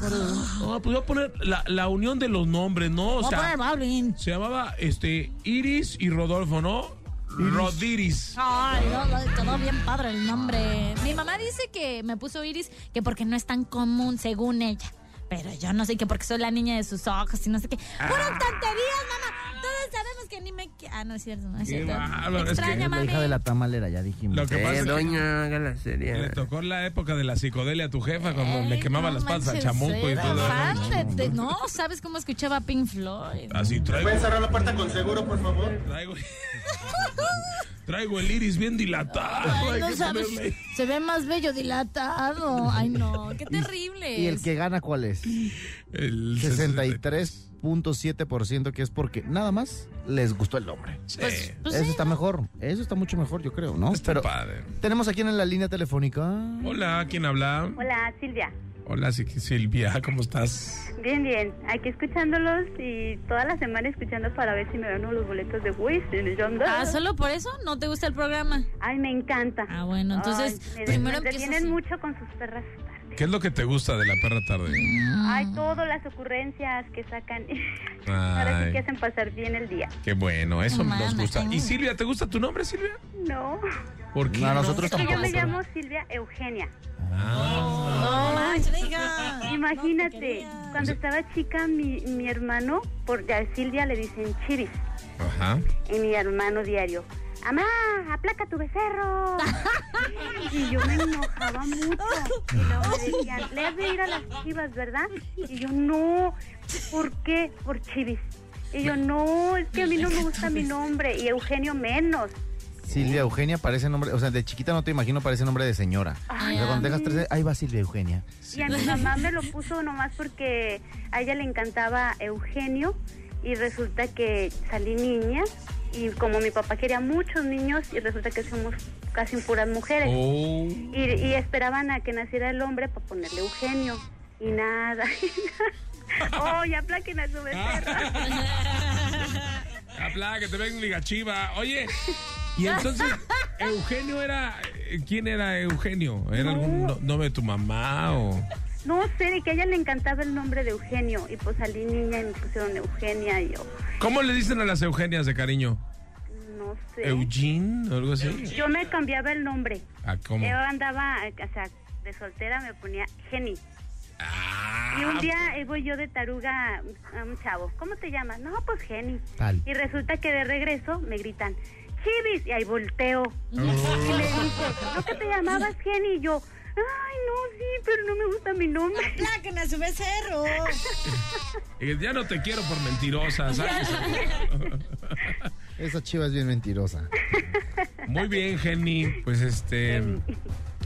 Speaker 2: No, pues voy a poner la, la unión de los nombres, ¿no? O
Speaker 3: Voy a poner
Speaker 2: sea,
Speaker 3: Marilyn.
Speaker 2: se llamaba este Iris y Rodolfo, ¿no? Rodiris.
Speaker 3: Ay, no, no, quedó bien padre el nombre. Mi mamá dice que me puso Iris, que porque no es tan común según ella. Pero yo no sé que porque soy la niña de sus ojos y no sé qué. ¡Puras tonterías, mamá! Todos sabemos que ni me... qui- Ah, no es cierto, no es
Speaker 2: Qué
Speaker 3: cierto.
Speaker 2: bárbaro, es
Speaker 3: Extraña,
Speaker 2: que-
Speaker 4: Es la
Speaker 3: mami.
Speaker 4: hija de la tamalera, ya dijimos. Eh,
Speaker 2: Lo que pasa es que-
Speaker 11: haga la
Speaker 2: Le
Speaker 11: serie.
Speaker 2: tocó la época de la psicodelia a tu jefa cuando
Speaker 3: Ey,
Speaker 2: le quemaba
Speaker 3: no
Speaker 2: las patas al
Speaker 3: manches,
Speaker 2: chamuco y
Speaker 3: era
Speaker 2: todo.
Speaker 3: fan de- de- no, ¿sabes cómo escuchaba Pink Floyd?
Speaker 2: Así traigo,
Speaker 12: cerrar la puerta con seguro, por favor?
Speaker 2: traigo, traigo el iris bien dilatado.
Speaker 3: Ay,
Speaker 2: hay
Speaker 3: no
Speaker 2: que
Speaker 3: sabes,
Speaker 2: ponerle-
Speaker 3: se ve más bello dilatado. Ay, no, qué terrible.
Speaker 4: ¿Y el
Speaker 3: es.
Speaker 4: que gana cuál es?
Speaker 2: El
Speaker 4: 63.7% que es porque nada más les gustó el nombre.
Speaker 2: Sí,
Speaker 3: Pues- pues
Speaker 4: Eso
Speaker 3: sí,
Speaker 4: está mejor. Eso está mucho mejor, yo creo, ¿no?
Speaker 2: está
Speaker 4: Pero
Speaker 2: padre.
Speaker 4: tenemos aquí en la línea telefónica.
Speaker 2: Hola, ¿quién habla?
Speaker 12: Hola, Silvia.
Speaker 2: Hola, sí, Silvia, ¿cómo estás?
Speaker 12: Bien, bien. Aquí escuchándolos y toda la semana escuchando para ver si me gano los boletos de Wiz en el John Doe.
Speaker 3: Ah, solo por eso no te gusta el programa.
Speaker 12: Ay, me encanta.
Speaker 3: Ah, bueno, entonces,
Speaker 12: Ay, me
Speaker 3: primero
Speaker 12: me
Speaker 3: empiezas
Speaker 12: entretienen
Speaker 3: así.
Speaker 12: mucho con sus perras.
Speaker 2: ¿Qué es lo que te gusta de la perra tarde?
Speaker 12: Ay,
Speaker 3: Mm.
Speaker 12: todas las ocurrencias que sacan. Ahora sí que hacen pasar bien el día.
Speaker 2: Qué bueno, eso
Speaker 3: Humana,
Speaker 2: nos gusta.
Speaker 3: sí.
Speaker 2: ¿Y Silvia, te gusta tu nombre, Silvia?
Speaker 12: No.
Speaker 2: ¿Por qué?
Speaker 4: No, a nosotros
Speaker 12: Es que yo
Speaker 4: tampoco.
Speaker 12: me llamo Silvia Eugenia.
Speaker 2: Ah.
Speaker 3: No manches, diga.
Speaker 12: Imagínate, cuando estaba chica, mi, mi hermano, por ya Silvia le dicen Chiris.
Speaker 2: Ajá.
Speaker 12: Y mi hermano diario, ¡Amá, aplaca tu becerro! y yo me enojaba mucho. Y luego me decían, le has de ir a las chivas, ¿verdad? Y yo, no. ¿Por qué? Por chivis. Y yo, no, es que a mí no me gusta mi nombre. Y Eugenio menos.
Speaker 4: Silvia Eugenia parece nombre, o sea, de chiquita no te imagino parece nombre de señora.
Speaker 12: Ay,
Speaker 4: O sea, cuando tengas 13, ahí va Silvia Eugenia.
Speaker 12: Y a mi mamá me lo puso nomás porque a ella le encantaba Eugenio y resulta que salí niña y como mi papá quería muchos niños y resulta que somos casi puras mujeres.
Speaker 2: Oh.
Speaker 12: Y, y esperaban a que naciera el hombre para ponerle Eugenio. Y nada. oh, ya plaquen a su becerra.
Speaker 2: Habla, que te ven liga chiva. Oye, Ah, y entonces, Eugenio era. eh, ¿Quién era Eugenio? ¿Era algún no- nombre de tu mamá o.?
Speaker 12: No sé, de que a ella le encantaba el nombre de Eugenio. Y pues salí niña y me pusieron Eugenia y yo,
Speaker 2: ¿Cómo le dicen a las Eugenias de cariño?
Speaker 12: no sé.
Speaker 2: ¿Eugene o algo así?
Speaker 12: Yo me cambiaba el nombre.
Speaker 2: Ah, ¿cómo?
Speaker 12: Yo andaba, o sea, de soltera me ponía Jenny.
Speaker 2: Ah,
Speaker 12: Y
Speaker 3: Ah,
Speaker 12: un día eh, voy yo de taruga a un chavo. ¿Cómo te llamas? No, pues Jenny.
Speaker 4: Tal.
Speaker 12: Y resulta que de regreso me gritan, Chivis. Y ahí volteo. Y le dice, ¿no que te llamabas Jenny? Y yo, ay, no, sí, pero no me gusta mi nombre.
Speaker 13: ¡Apláquenme a su becerro!
Speaker 2: Eh, Ya no te quiero por mentirosa, ¿sabes?
Speaker 4: Esa chiva es bien mentirosa.
Speaker 2: Ah, Muy bien, Jenny. Pues este.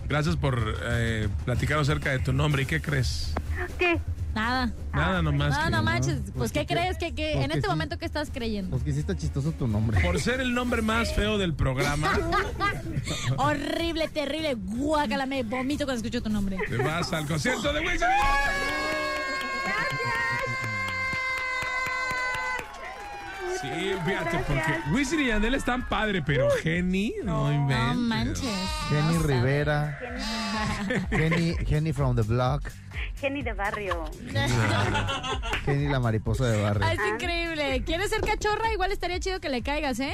Speaker 2: Gracias por eh, platicar acerca de tu nombre. ¿Y qué crees?
Speaker 12: ¿Qué?
Speaker 3: Nada.
Speaker 2: Nada
Speaker 12: Ah,
Speaker 2: nomás.
Speaker 3: No,
Speaker 2: que-
Speaker 3: no manches. Pues, ¿qué crees? ¿Qué, qué?
Speaker 2: pues
Speaker 3: en
Speaker 2: que
Speaker 3: este
Speaker 2: sí.
Speaker 3: momento, ¿qué estás creyendo?
Speaker 4: Pues que hiciste chistoso tu nombre.
Speaker 2: Por ser el nombre más feo del programa,
Speaker 3: Horrible, terrible. Guácala, me vomito cuando escucho tu nombre.
Speaker 2: te vas al concierto de Wilson. Sí, fíjate, porque Wisin y Yandel están padre, pero Jenny, no, inventes.
Speaker 4: Jenny Rivera. Jenny, Jenny from the block.
Speaker 12: Jenny de barrio.
Speaker 4: Jenny la mariposa de barrio.
Speaker 3: Ah, es increíble. ¿Quieres ser cachorra? Igual estaría chido que le caigas, ¿eh?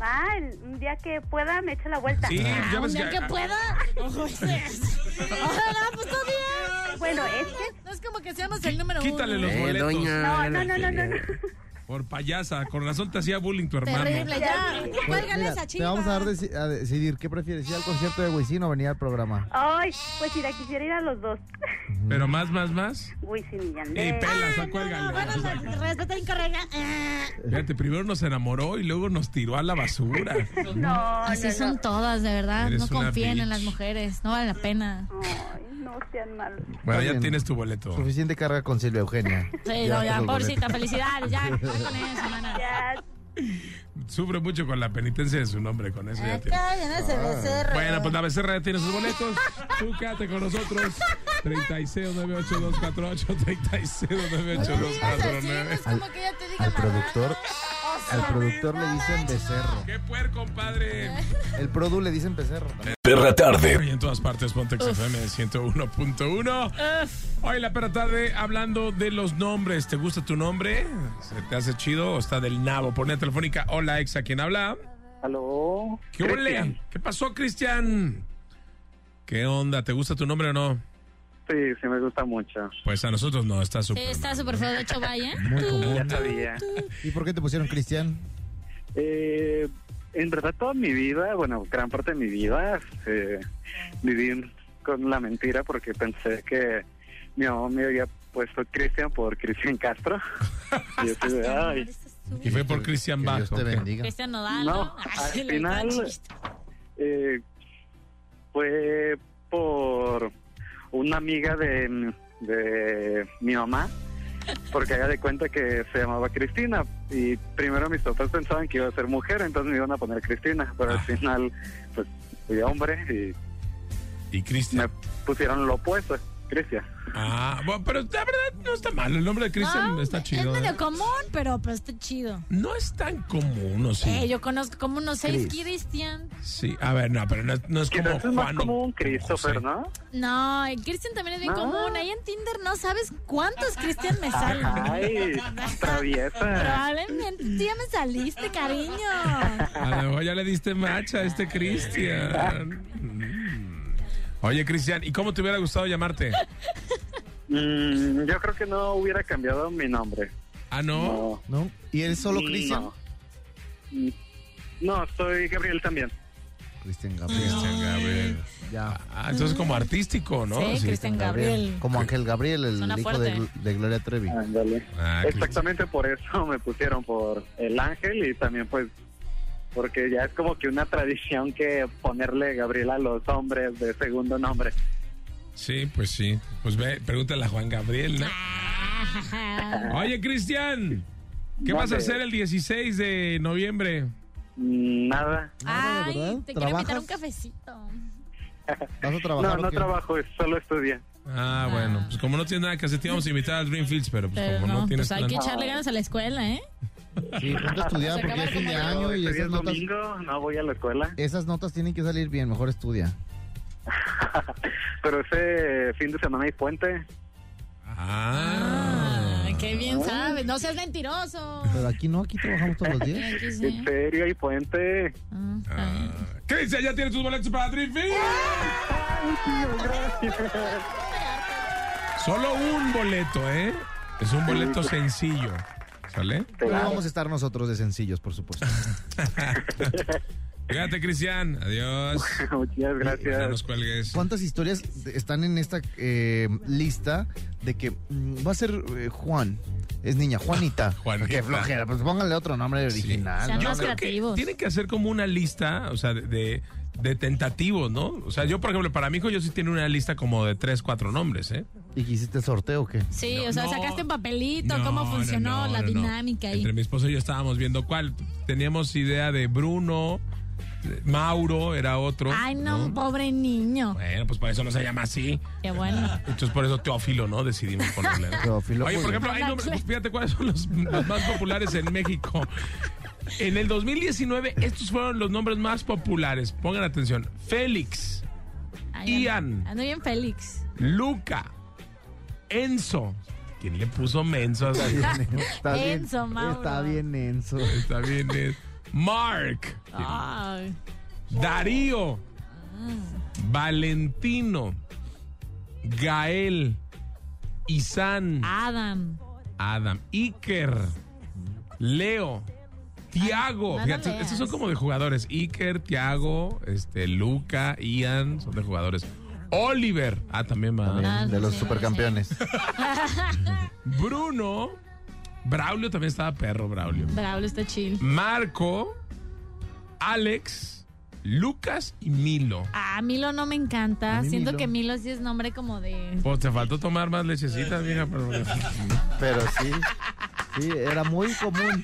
Speaker 12: Ah, un día que pueda me echa la vuelta. Ah,
Speaker 2: Sí, ya
Speaker 3: un
Speaker 2: ves
Speaker 3: día
Speaker 2: que-
Speaker 3: que pueda. Ojalá, pues todo bien.
Speaker 12: Bueno, es que...
Speaker 3: No es como que seamos el número uno.
Speaker 2: Quítale los boletos.
Speaker 12: No, no, no, no, no. no.
Speaker 2: Por payasa, con razón te hacía bullying tu hermano.
Speaker 3: Terrible, ya.
Speaker 4: Pues,
Speaker 3: Cuélgale
Speaker 4: mira,
Speaker 3: esa
Speaker 4: te
Speaker 3: chiva.
Speaker 4: vamos a, dar deci- a decidir qué prefieres, ir al concierto de Wisin o venir al programa.
Speaker 12: Ay, pues mira, quisiera ir a los dos.
Speaker 2: Pero más, más, más.
Speaker 12: Wisin y
Speaker 2: Y
Speaker 12: Yandel.
Speaker 2: pelas, ah, cuélgale.
Speaker 12: pues,
Speaker 13: Respuesta incorrecta.
Speaker 2: Fíjate, primero nos enamoró y luego nos tiró a la basura.
Speaker 12: No,
Speaker 3: Así
Speaker 12: no,
Speaker 3: son todas, de verdad.
Speaker 2: Eres
Speaker 3: No
Speaker 2: una
Speaker 3: confíen
Speaker 2: bitch.
Speaker 3: en las mujeres. No vale la pena.
Speaker 12: no. Ay, no sean malos.
Speaker 2: Bueno, ya
Speaker 4: Bien.
Speaker 2: tienes tu boleto.
Speaker 4: Suficiente carga con Silvia Eugenia.
Speaker 3: Sí, no, ya,
Speaker 4: esos
Speaker 3: pobrecita,
Speaker 4: boletos.
Speaker 3: felicidades. Ya, ya con eso, mana.
Speaker 12: Ya,
Speaker 2: Sufre mucho con la penitencia de su nombre, con eso ya te...
Speaker 13: Cállenme a su
Speaker 1: Ah.
Speaker 13: becerro.
Speaker 2: Bueno, pues la becerra ya tiene sus boletos. Tú quédate con nosotros. 3698248, 3698249.
Speaker 3: Como que ya te diga,
Speaker 4: Al
Speaker 3: mamá.
Speaker 4: productor, al productor le dicen becerro.
Speaker 2: ¡Qué puerco, compadre!
Speaker 4: El produ le dicen becerro. también.
Speaker 1: Perra tarde.
Speaker 2: Y en todas partes, Pontex FM 101.1. Hoy la perra tarde hablando de los nombres. ¿Te gusta tu nombre? ¿Se te hace chido o está del nabo? Por línea telefónica. Hola, ex, ¿a quién habla?
Speaker 14: Aló.
Speaker 2: ¿Qué ole? ¿Qué pasó, Cristian? ¿Qué onda? ¿Te gusta tu nombre o no?
Speaker 14: Sí, sí me gusta mucho.
Speaker 2: Pues a nosotros no, está
Speaker 3: Sí,
Speaker 2: súper.
Speaker 3: está súper feo. De hecho, vaya.
Speaker 2: Muy
Speaker 14: Ya
Speaker 2: común.
Speaker 14: sabía.
Speaker 4: ¿Y por qué te pusieron Cristian?
Speaker 14: Eh, en verdad toda mi vida, bueno, gran parte de mi vida, eh, viví con la mentira porque pensé que mi mamá me había puesto Cristian por Cristian Castro. Y yo así de, ay,
Speaker 2: Y fue por Cristian
Speaker 4: Que
Speaker 2: Bach.
Speaker 4: Dios te
Speaker 2: ¿ok?
Speaker 4: bendiga.
Speaker 3: Cristian Nodal, ¿no? Ah,
Speaker 14: no,
Speaker 3: Ay,
Speaker 14: al
Speaker 3: lo dijo
Speaker 14: final
Speaker 3: el chiste.
Speaker 14: eh, fue por una amiga de, mi- de mi mamá, porque ella de cuenta que se llamaba Cristina. Y primero mis papás pensaban que iba a ser mujer, entonces me iban a poner Cristina, pero al final, pues fui hombre y
Speaker 2: Y
Speaker 14: me
Speaker 2: Cristian.
Speaker 14: pusieron lo opuesto, Cristian.
Speaker 2: Ah, bueno, pero la verdad no está mal. El nombre de Cristian
Speaker 3: No,
Speaker 2: está chido.
Speaker 3: Es
Speaker 2: ¿eh?
Speaker 3: medio común, pero pues está chido.
Speaker 2: No es tan común, ¿o sí?
Speaker 3: Eh, yo conozco como unos seis
Speaker 4: Cris.
Speaker 3: Cristian.
Speaker 2: Sí, a ver, no, pero no, no es como
Speaker 14: Quizás es más
Speaker 2: Juan. o
Speaker 14: como
Speaker 2: como
Speaker 14: un
Speaker 2: José.
Speaker 14: Christopher, ¿no?
Speaker 3: No, el Cristian también es bien
Speaker 14: Ah.
Speaker 3: común. Ahí en Tinder no sabes cuántos Cristian me salen.
Speaker 14: Ay,
Speaker 3: ah,
Speaker 14: traviesa.
Speaker 3: Probablemente un día me saliste, cariño.
Speaker 2: A lo mejor ya le diste macha a este Cristian. Mm. Oye, Cristian, ¿y cómo te hubiera gustado llamarte?
Speaker 14: Mm, yo creo que no hubiera cambiado mi nombre.
Speaker 2: Ah, no.
Speaker 14: No.
Speaker 4: ¿No? ¿Y él solo Cristian?
Speaker 14: No. No, soy Gabriel también.
Speaker 4: Cristian Gabriel.
Speaker 2: Cristian Gabriel.
Speaker 4: Ya.
Speaker 2: Ah, entonces como artístico, ¿no?
Speaker 3: sí, Cristian Gabriel.
Speaker 4: Como Ángel Gabriel, el
Speaker 3: Suena
Speaker 4: hijo de,
Speaker 3: fuerte.
Speaker 4: de Gloria Trevi.
Speaker 14: Ándale.
Speaker 2: Ah, Cristian.
Speaker 14: Exactamente por eso me pusieron por el ángel y también pues porque ya es como que una tradición que ponerle Gabriel a los hombres de segundo nombre.
Speaker 2: Sí, pues sí. Pues ve, pregúntale a Juan Gabriel,
Speaker 3: Ah,
Speaker 2: ¿no? Oye, Cristian, ¿qué vas a
Speaker 14: Mande.
Speaker 2: hacer el 16 de noviembre?
Speaker 14: Mm, Nada.
Speaker 4: Ah, ¿de
Speaker 3: Ay,
Speaker 4: verdad?
Speaker 3: te quiero invitar a
Speaker 4: ¿Trabajas?
Speaker 3: un cafecito.
Speaker 4: ¿Vas a trabajar?
Speaker 14: No,
Speaker 4: o
Speaker 14: no
Speaker 4: qué?
Speaker 14: trabajo, es solo estudia.
Speaker 2: Ah, bueno, pues como no tienes nada que hacer, te íbamos a invitar a Dreamfields, pero pues
Speaker 3: Pero
Speaker 2: como no,
Speaker 3: no,
Speaker 2: tienes
Speaker 3: pues hay que
Speaker 2: plan-
Speaker 3: echarle ganas a la escuela, ¿eh?
Speaker 4: Sí, ponte a estudiar
Speaker 3: Se
Speaker 4: porque es
Speaker 3: acabaron
Speaker 4: fin de
Speaker 3: como yo.
Speaker 4: año y
Speaker 14: Hoy
Speaker 4: esas
Speaker 14: es
Speaker 4: notas,
Speaker 14: domingo, no voy a la escuela,
Speaker 4: esas notas tienen que salir bien. Mejor estudia.
Speaker 14: pero ese fin de semana hay puente.
Speaker 2: Ah.
Speaker 3: Ah, qué bien sabes. No seas mentiroso.
Speaker 4: Pero aquí no, aquí trabajamos todos los días.
Speaker 3: Aquí sí.
Speaker 14: En serio, hay puente.
Speaker 3: Ah, está bien.
Speaker 2: Ah. Cristian, ya tienes tus boletos para Dreamfields.
Speaker 14: Ay, tío, gracias.
Speaker 2: Solo un boleto, ¿eh? Es un boleto sencillo. ¿Sale?
Speaker 4: Pero vamos a estar nosotros de sencillos, por supuesto.
Speaker 2: Cuídate, Cristian. Adiós.
Speaker 14: Muchas
Speaker 2: gracias. No nos cuelgues.
Speaker 4: ¿Cuántas historias están en esta eh, lista de que mm, va a ser eh, Juan? Es niña, Juanita.
Speaker 2: Juanita.
Speaker 4: Qué flojera. Pues pónganle otro nombre original.
Speaker 3: Sean
Speaker 4: ¿no?
Speaker 3: más
Speaker 4: Creo que-
Speaker 3: creativos.
Speaker 2: Tienen que hacer como una lista, o sea, de, de, de tentativos, ¿no? O sea, yo, por ejemplo, para mi hijo, yo sí tiene una lista como de tres, cuatro nombres, ¿eh?
Speaker 4: ¿Y hiciste sorteo o qué?
Speaker 3: Sí, o sea, sacaste un papelito,
Speaker 2: No,
Speaker 3: cómo
Speaker 2: no,
Speaker 3: funcionó
Speaker 2: no,
Speaker 3: la
Speaker 2: no, no.
Speaker 3: dinámica ahí.
Speaker 2: Entre mi esposo y yo estábamos viendo cuál. Teníamos idea de Bruno, de Mauro era otro.
Speaker 3: Ay, no,
Speaker 2: ¿no?
Speaker 3: pobre niño.
Speaker 2: Bueno, pues para eso no se llama así.
Speaker 3: Qué bueno.
Speaker 2: Entonces por eso Teófilo, ¿no? Decidimos ponerle. ¿no?
Speaker 4: Teófilo.
Speaker 2: Oye, por ejemplo, hay nombres, fíjate cuáles son los, los más populares en México. En el 2019 estos fueron los nombres más populares. Pongan atención. Félix,
Speaker 3: Ay,
Speaker 2: Ian.
Speaker 3: Ando bien Félix.
Speaker 2: Luca, Enzo. ¿Quién le puso menso a su
Speaker 4: Está bien-
Speaker 3: Enzo, Mauro.
Speaker 4: Está bien Enzo.
Speaker 2: Está bien, Ed. Mark,
Speaker 3: Ay.
Speaker 2: Darío, Valentino, Gael, Isan,
Speaker 3: Adam.
Speaker 2: Adam, Iker, Leo, Tiago.
Speaker 3: no lo
Speaker 2: Fíjate,
Speaker 3: leas.
Speaker 2: estos son como de jugadores. Iker, Tiago, este, Luca, Ian, son de jugadores. Oliver, ah, también va.
Speaker 4: de los supercampeones.
Speaker 2: Bruno, Braulio también estaba perro, Braulio.
Speaker 3: Bravo, está chill.
Speaker 2: Marco, Alex, Lucas y Milo.
Speaker 3: Ah, Milo no me encanta.
Speaker 2: A mí
Speaker 3: Siento
Speaker 2: Milo.
Speaker 3: que Milo sí es nombre como de.
Speaker 2: Pues te faltó tomar más lechecitas, mija, pero...
Speaker 4: Pero sí, sí, era muy común.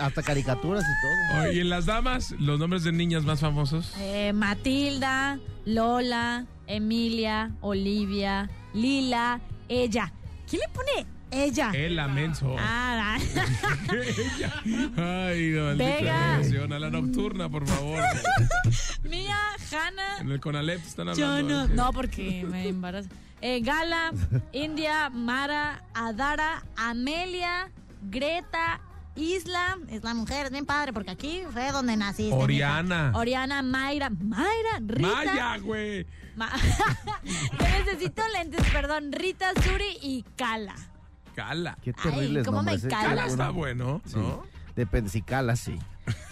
Speaker 4: Hasta caricaturas y todo.
Speaker 2: Oye, y en las damas, los nombres de niñas más famosos.
Speaker 3: eh, Matilda, Lola, Emilia, Olivia, Lila, ella. ¿Quién le pone ella?
Speaker 2: El amenso.
Speaker 3: Ah,
Speaker 2: Ay, no, maldita
Speaker 3: Vega.
Speaker 2: relación. A la nocturna, por favor.
Speaker 3: Mía, Hannah.
Speaker 2: En el Conalep están
Speaker 3: Yo
Speaker 2: hablando.
Speaker 3: no.
Speaker 2: ¿eh?
Speaker 3: No, porque me embaraza. Eh, Gala, India, Mara, Adara, Amelia, Greta, Isla.
Speaker 13: Es la mujer, es bien padre, porque aquí fue donde naciste.
Speaker 2: Oriana.
Speaker 3: Oriana, Mayra, Mayra, Rita.
Speaker 2: Maya, güey.
Speaker 3: Ma- Te necesito lentes, perdón. Rita, Suri y Kala.
Speaker 2: Cala.
Speaker 4: Qué terribles
Speaker 3: cómo me
Speaker 4: nombres, ¿eh?
Speaker 3: cala.
Speaker 2: Cala está bueno, ¿no?
Speaker 4: Depende si calas, sí.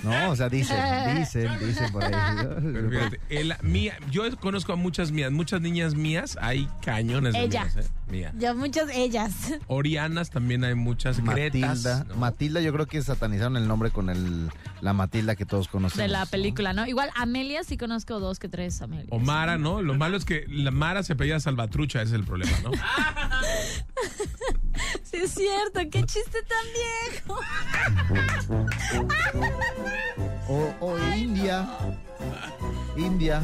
Speaker 4: No, o sea, dicen, dicen, dicen por
Speaker 2: Pero
Speaker 4: ahí.
Speaker 2: fíjate, el- mía, yo conozco a muchas mías, muchas niñas mías, hay cañones de
Speaker 3: Ella.
Speaker 2: mías, ¿eh? Mía.
Speaker 3: Ya muchas ellas.
Speaker 2: Orianas también hay muchas.
Speaker 4: Matilda,
Speaker 2: Gretas. ¿no?
Speaker 4: Matilda, yo creo que satanizaron el nombre con el, la Matilda que todos conocemos.
Speaker 3: De la película, ¿no? Igual Amelia sí conozco dos que tres Amelia.
Speaker 2: O Mara, ¿no? Lo malo es que la Mara se pedía Salvatrucha, ese es el problema, ¿no?
Speaker 3: Sí, es cierto. Qué chiste tan viejo.
Speaker 4: O, o India. India.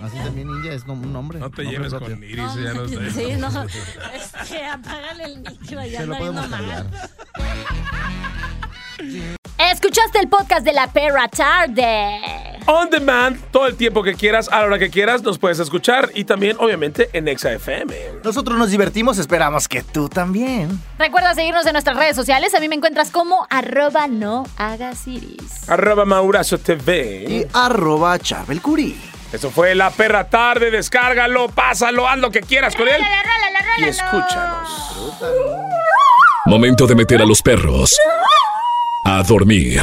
Speaker 4: Así también India es nom- un nombre.
Speaker 2: No te
Speaker 4: nombre
Speaker 2: lleves
Speaker 4: propio.
Speaker 2: con Iris, ya no
Speaker 4: Pues
Speaker 2: está.
Speaker 3: Sí, no. Es que apágale el micro, ya
Speaker 4: Se lo
Speaker 3: anda viendo
Speaker 4: podemos
Speaker 3: mal.
Speaker 4: cambiar.
Speaker 15: Escuchaste el podcast de la perra tarde.
Speaker 2: On demand, todo el tiempo que quieras, a la hora que quieras, nos puedes escuchar y también, obviamente, en Exa FM.
Speaker 4: Nosotros nos divertimos, esperamos que tú también.
Speaker 15: Recuerda seguirnos en nuestras redes sociales. A mí me encuentras como arroba no hagas iris.
Speaker 2: Arroba Maurazo TV.
Speaker 4: Y arroba Charbel Curi.
Speaker 2: Eso fue La Perra Tarde. Descárgalo, pásalo, haz lo que quieras con él. Y escúchanos.
Speaker 1: Momento de meter a los perros a dormir.